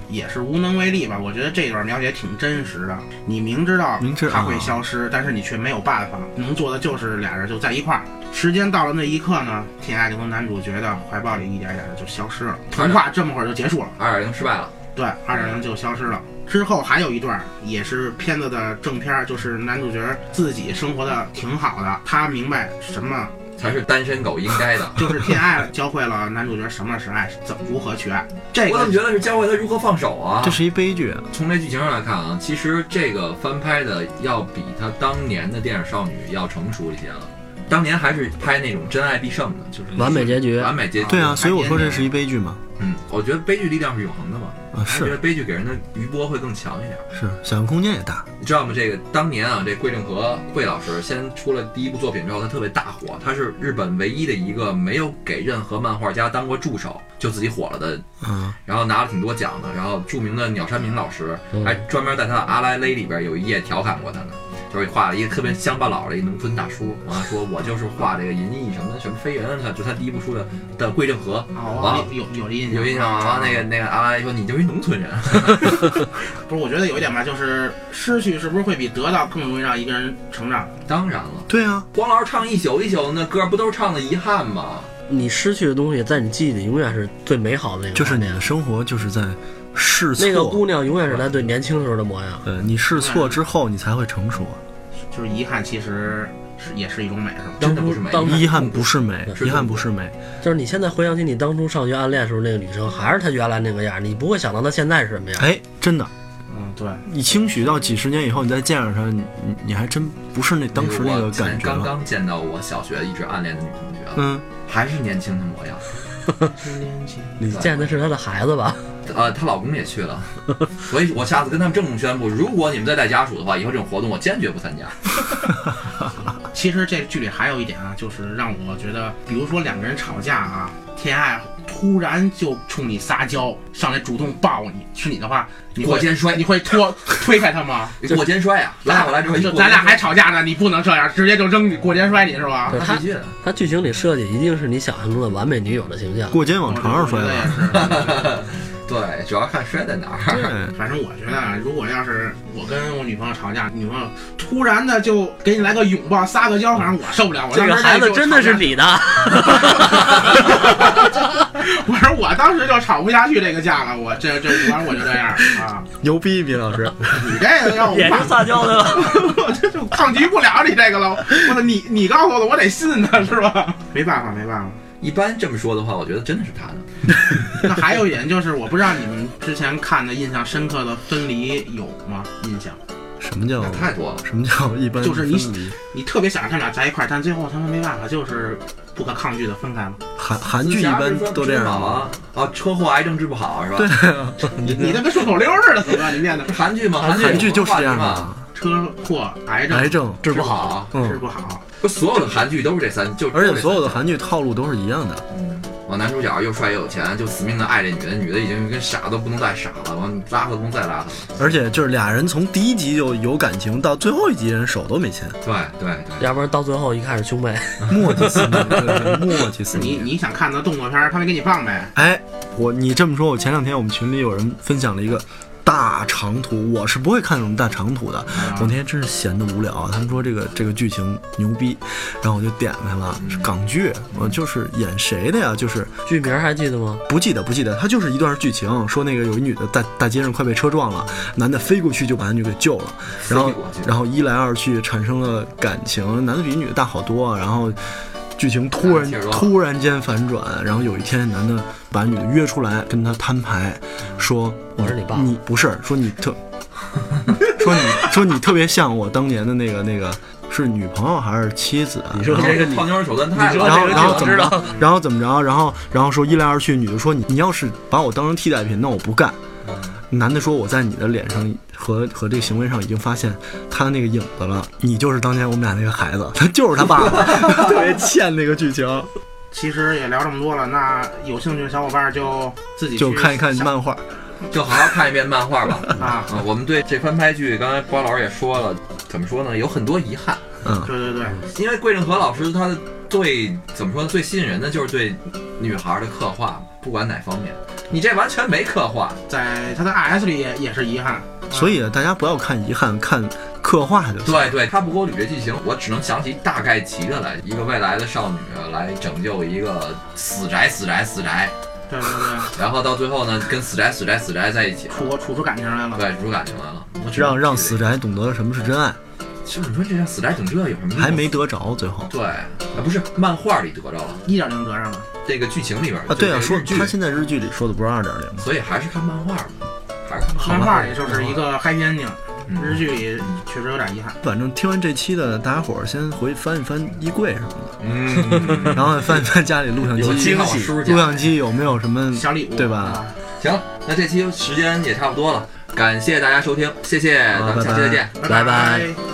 [SPEAKER 3] 也是无能为力吧。我觉得这段描写挺真实的，你明知道
[SPEAKER 4] 明知
[SPEAKER 3] 它会
[SPEAKER 4] 啊
[SPEAKER 3] 消失，但是你却没有办法，能做的就是俩人就在一块儿。时间到了那一刻呢，天爱就从男主角的怀抱里一点一点的就消失了，童话这么会儿就结束了。
[SPEAKER 1] 二点零失败了，
[SPEAKER 3] 对，二点零就消失了。之后还有一段也是片子的正片儿，就是男主角自己生活的挺好的，他明白什么
[SPEAKER 1] 才是单身狗应该 的。
[SPEAKER 3] 就是天爱教会了男主角什么是爱，怎么如何去爱。这
[SPEAKER 1] 我怎么
[SPEAKER 3] 个
[SPEAKER 1] 觉得是教会他如何放手啊？
[SPEAKER 4] 这是一悲剧啊！
[SPEAKER 1] 从这剧情上来看啊，其实这个翻拍的要比他当年的电影少女要成熟一些了。当年还是拍那种真爱必胜的，就是
[SPEAKER 2] 完美结局，
[SPEAKER 1] 完美结局。
[SPEAKER 4] 对啊，所以我说这是一悲剧嘛。
[SPEAKER 1] 嗯，我觉得悲剧力量是永恒的嘛。
[SPEAKER 4] 啊，
[SPEAKER 1] 我觉
[SPEAKER 4] 是
[SPEAKER 1] 得悲剧给人的余波会更强一点。
[SPEAKER 4] 是，想象空间也大。
[SPEAKER 1] 你知道吗？这个当年啊，这桂正和桂老师先出了第一部作品之后，他特别大火。他是日本唯一的一个没有给任何漫画家当过助手就自己火了的，
[SPEAKER 4] 嗯，
[SPEAKER 1] 然后拿了挺多奖的。然后著名的鸟山明老师
[SPEAKER 2] 嗯
[SPEAKER 1] 还专门在他的《阿莱蕾》里边有一页调侃过他呢，就是画了一个特别乡巴佬的一农村大叔，完了说我就是画这个银翼什么什么飞人，啊就他第一部书的的桂正和，
[SPEAKER 3] 哦，我有有有这印象，
[SPEAKER 1] 有印象吗？完了那个那个阿莱蕾说你就是一农村人，
[SPEAKER 3] 不是，我觉得有一点吧，就是失去是不是会比得到更容易让一个人成长？
[SPEAKER 1] 当然了。
[SPEAKER 4] 对啊，
[SPEAKER 1] 光老师唱一宿一宿的那歌，不都是唱的遗憾吗？
[SPEAKER 2] 你失去的东西在你记忆里永远是最美好的那个画面，
[SPEAKER 4] 就是你的生活就是在试错。
[SPEAKER 2] 那个姑娘永远是她最年轻时候的模样。
[SPEAKER 4] 呃，你试错之后，你才会成熟。啊
[SPEAKER 3] 就是遗憾，其实是也是一种美，是吧？
[SPEAKER 1] 真的不是美，
[SPEAKER 2] 当初
[SPEAKER 4] 遗憾不是美，
[SPEAKER 1] 嗯是
[SPEAKER 4] 遗憾不是美。
[SPEAKER 2] 就是你现在回想起你当初上学暗恋时候那个女生，还是她原来那个样儿，你不会想到她现在是什么样。
[SPEAKER 4] 哎，真的，
[SPEAKER 3] 嗯，对。
[SPEAKER 4] 你兴许到几十年以后，你再见着她，你你你还真不是那当时那个
[SPEAKER 1] 我前
[SPEAKER 4] 感觉
[SPEAKER 1] 刚
[SPEAKER 4] 了。
[SPEAKER 1] 刚见到我小学一直暗恋的女同学，
[SPEAKER 4] 嗯，
[SPEAKER 1] 还是年轻的模样。
[SPEAKER 2] 你见的是她的孩子吧？
[SPEAKER 1] 呃，她老公也去了， 所以我下次跟他们郑重宣布，如果你们再带家属的话，以后这种活动我坚决不参加。
[SPEAKER 3] 其实这剧里还有一点啊，就是让我觉得，比如说两个人吵架啊，天爱突然就冲你撒娇，上来主动抱你，是你的话，你
[SPEAKER 1] 过
[SPEAKER 3] 会
[SPEAKER 1] 肩摔
[SPEAKER 3] 你，会拖推开他吗？
[SPEAKER 1] 过肩摔 呀！ 拉我来之后，
[SPEAKER 3] 就咱俩还吵架呢，你不能这样，直接就扔你过肩摔你是吧？
[SPEAKER 2] 对
[SPEAKER 1] 太
[SPEAKER 4] 啊
[SPEAKER 2] 她
[SPEAKER 1] 近，
[SPEAKER 2] 她剧情里设计一定是你想象中的完美女友的形象。
[SPEAKER 4] 过肩往床上摔
[SPEAKER 3] 我觉得
[SPEAKER 4] 了。
[SPEAKER 3] 也是。
[SPEAKER 1] 对，主要看摔在哪儿。
[SPEAKER 4] 对，
[SPEAKER 3] 反正我觉得，啊，如果要是我跟我女朋友吵架，女朋友突然的就给你来个拥抱、撒个娇，反正我受不了。我
[SPEAKER 2] 这
[SPEAKER 3] 当
[SPEAKER 2] 个
[SPEAKER 3] 时
[SPEAKER 2] 孩子
[SPEAKER 3] 就
[SPEAKER 2] 真的是
[SPEAKER 3] 吵架
[SPEAKER 2] 你的，
[SPEAKER 3] 我说我当时就吵不下去这个架了，我这这反正我就这样啊，
[SPEAKER 4] 牛逼，米老师，
[SPEAKER 3] 你这个让我
[SPEAKER 2] 也是撒娇的吧？
[SPEAKER 3] 我这就抗拒不了你这个了。我说你你告诉我，我得信他是吧？没办法，没办法。
[SPEAKER 1] 一般这么说的话，我觉得真的是她的。
[SPEAKER 3] 那还有一点就是，我不知道你们之前看的印象深刻的分离有吗？印象
[SPEAKER 4] 什么叫
[SPEAKER 1] 那太多了。
[SPEAKER 4] 什么叫一般？
[SPEAKER 3] 就是你
[SPEAKER 4] 分离
[SPEAKER 3] 你特别想让他们俩在一块儿，但最后他们没办法，就是不可抗拒的分开了。
[SPEAKER 4] 韩韩剧一般都这样吗？
[SPEAKER 1] 啊啊！车祸、癌症治不好是吧？
[SPEAKER 4] 对
[SPEAKER 1] 对，
[SPEAKER 4] 啊，
[SPEAKER 3] 你你这跟顺口溜似的，怎么你念的？
[SPEAKER 1] 韩剧嘛，
[SPEAKER 4] 韩剧
[SPEAKER 1] 剧
[SPEAKER 4] 就是这样
[SPEAKER 1] 嘛，
[SPEAKER 4] 的，
[SPEAKER 3] 车祸、癌症、
[SPEAKER 4] 癌症。
[SPEAKER 2] 治不
[SPEAKER 1] 不
[SPEAKER 2] 好，
[SPEAKER 1] 好。
[SPEAKER 3] 治
[SPEAKER 4] 嗯，
[SPEAKER 3] 不好，
[SPEAKER 1] 不，所有的韩剧都是这三，就
[SPEAKER 4] 而且所有的
[SPEAKER 1] 韩。
[SPEAKER 4] 韩剧套路都是一样的。
[SPEAKER 1] 往男主角又帅又有钱，就死命的爱这女的，女的已经跟傻都不能再傻了，完拉她都不能再拉她了。
[SPEAKER 4] 而且就是俩人从第一集就有感情，到最后一集人手都没牵，
[SPEAKER 1] 对对对，
[SPEAKER 2] 要不然到最后一看是兄妹。
[SPEAKER 4] 磨叽死你，对磨叽死
[SPEAKER 3] 你。你想看的动作片儿，他没给你放呗。
[SPEAKER 4] 哎，我你这么说，我前两天我们群里有人分享了一个大长图，我是不会看那种大长图的。
[SPEAKER 3] 啊
[SPEAKER 4] 我那天真是闲得无聊啊，他们说这个这个剧情牛逼，然后我就点开了，是港剧，我就是演谁的呀？就是
[SPEAKER 2] 剧名还记得吗？
[SPEAKER 4] 不记得不记得，它就是一段剧情，说那个有一女的在大街上快被车撞了，男的飞过去就把那女给救了，然后
[SPEAKER 1] 飞过去
[SPEAKER 4] 然后一来二去产生了感情，男的比女的大好多啊，然后剧情突然
[SPEAKER 1] 男的介入了
[SPEAKER 4] 突然间反转，然后有一天男的把女的约出来跟她摊牌，说
[SPEAKER 2] 我是你爸
[SPEAKER 4] 你不是说你 特说你说你特别像我当年的那个那个是女朋友还是妻子啊？
[SPEAKER 2] 你说这个你
[SPEAKER 1] 泡妞手段太
[SPEAKER 2] 你说
[SPEAKER 4] 然后
[SPEAKER 2] 这个
[SPEAKER 4] 然后
[SPEAKER 2] 我
[SPEAKER 4] 怎么
[SPEAKER 2] 知道
[SPEAKER 4] 着？ 然后怎么着？然后然后说一来二去，女的说你你要是把我当成替代品，那我不干。
[SPEAKER 1] 嗯
[SPEAKER 4] 男的说我在你的脸上和和这个行为上已经发现他那个影子了，你就是当年我们俩那个孩子， 他就是他爸， 特别欠那个剧情，
[SPEAKER 3] 其实也聊这么多了，那有兴趣的小伙伴就自己去
[SPEAKER 4] 就看一看
[SPEAKER 3] 想
[SPEAKER 4] 漫画。
[SPEAKER 1] 就好好看一遍漫画吧。
[SPEAKER 3] 啊，
[SPEAKER 1] 啊，我们对这翻拍剧，刚才包老师也说了，怎么说呢？有很多遗憾，
[SPEAKER 4] 嗯，
[SPEAKER 3] 对对对，
[SPEAKER 1] 因为桂正和老师他的最怎么说呢？最吸引人的就是对女孩的刻画，不管哪方面，你这完全没刻画。
[SPEAKER 3] 在他的 IS 里也也是遗憾，
[SPEAKER 4] 所以大家不要看遗憾，看刻画就行。
[SPEAKER 1] 对对，他不给我捋这剧情，我只能想起大概齐的来，一个未来的少女来拯救一个死宅死宅死宅，
[SPEAKER 3] 对对对，
[SPEAKER 1] 然后到最后呢，跟死宅死宅死宅在一起了，
[SPEAKER 3] 出国处出感情来了。
[SPEAKER 1] 对，主感情来了，我只
[SPEAKER 4] 让让
[SPEAKER 1] 记得
[SPEAKER 4] 死宅懂得什么是真爱，
[SPEAKER 1] 其实你说这让死宅懂这有什么用？
[SPEAKER 4] 还没得着最后
[SPEAKER 1] 对，啊不是漫画里得着了，
[SPEAKER 3] 一点零得上了，
[SPEAKER 1] 这个剧情里边
[SPEAKER 4] 啊。对啊，
[SPEAKER 1] 就是
[SPEAKER 4] 说
[SPEAKER 1] 日剧
[SPEAKER 4] 他现在日剧里说的不是二点零吗？
[SPEAKER 1] 所以还是看漫画吧，还是看
[SPEAKER 3] 漫
[SPEAKER 1] 画
[SPEAKER 3] 画里就是一个 happy ending，
[SPEAKER 1] 嗯
[SPEAKER 3] 日剧里确实有点遗憾。
[SPEAKER 4] 反正听完这期的，大家伙儿先回去翻一翻衣柜什么的，
[SPEAKER 1] 嗯，
[SPEAKER 4] 然后翻一翻家里录像
[SPEAKER 2] 有
[SPEAKER 4] 机，
[SPEAKER 2] 惊
[SPEAKER 1] 好
[SPEAKER 2] 喜
[SPEAKER 1] 书
[SPEAKER 4] 录像机有没有什么？
[SPEAKER 3] 小礼物
[SPEAKER 4] 嗯对吧
[SPEAKER 3] 啊
[SPEAKER 1] 行，那这期时间也差不多了，感谢大家收听，谢谢，咱
[SPEAKER 4] 好
[SPEAKER 1] 们下期
[SPEAKER 4] 拜拜
[SPEAKER 1] 再见。
[SPEAKER 2] 拜拜
[SPEAKER 3] 拜。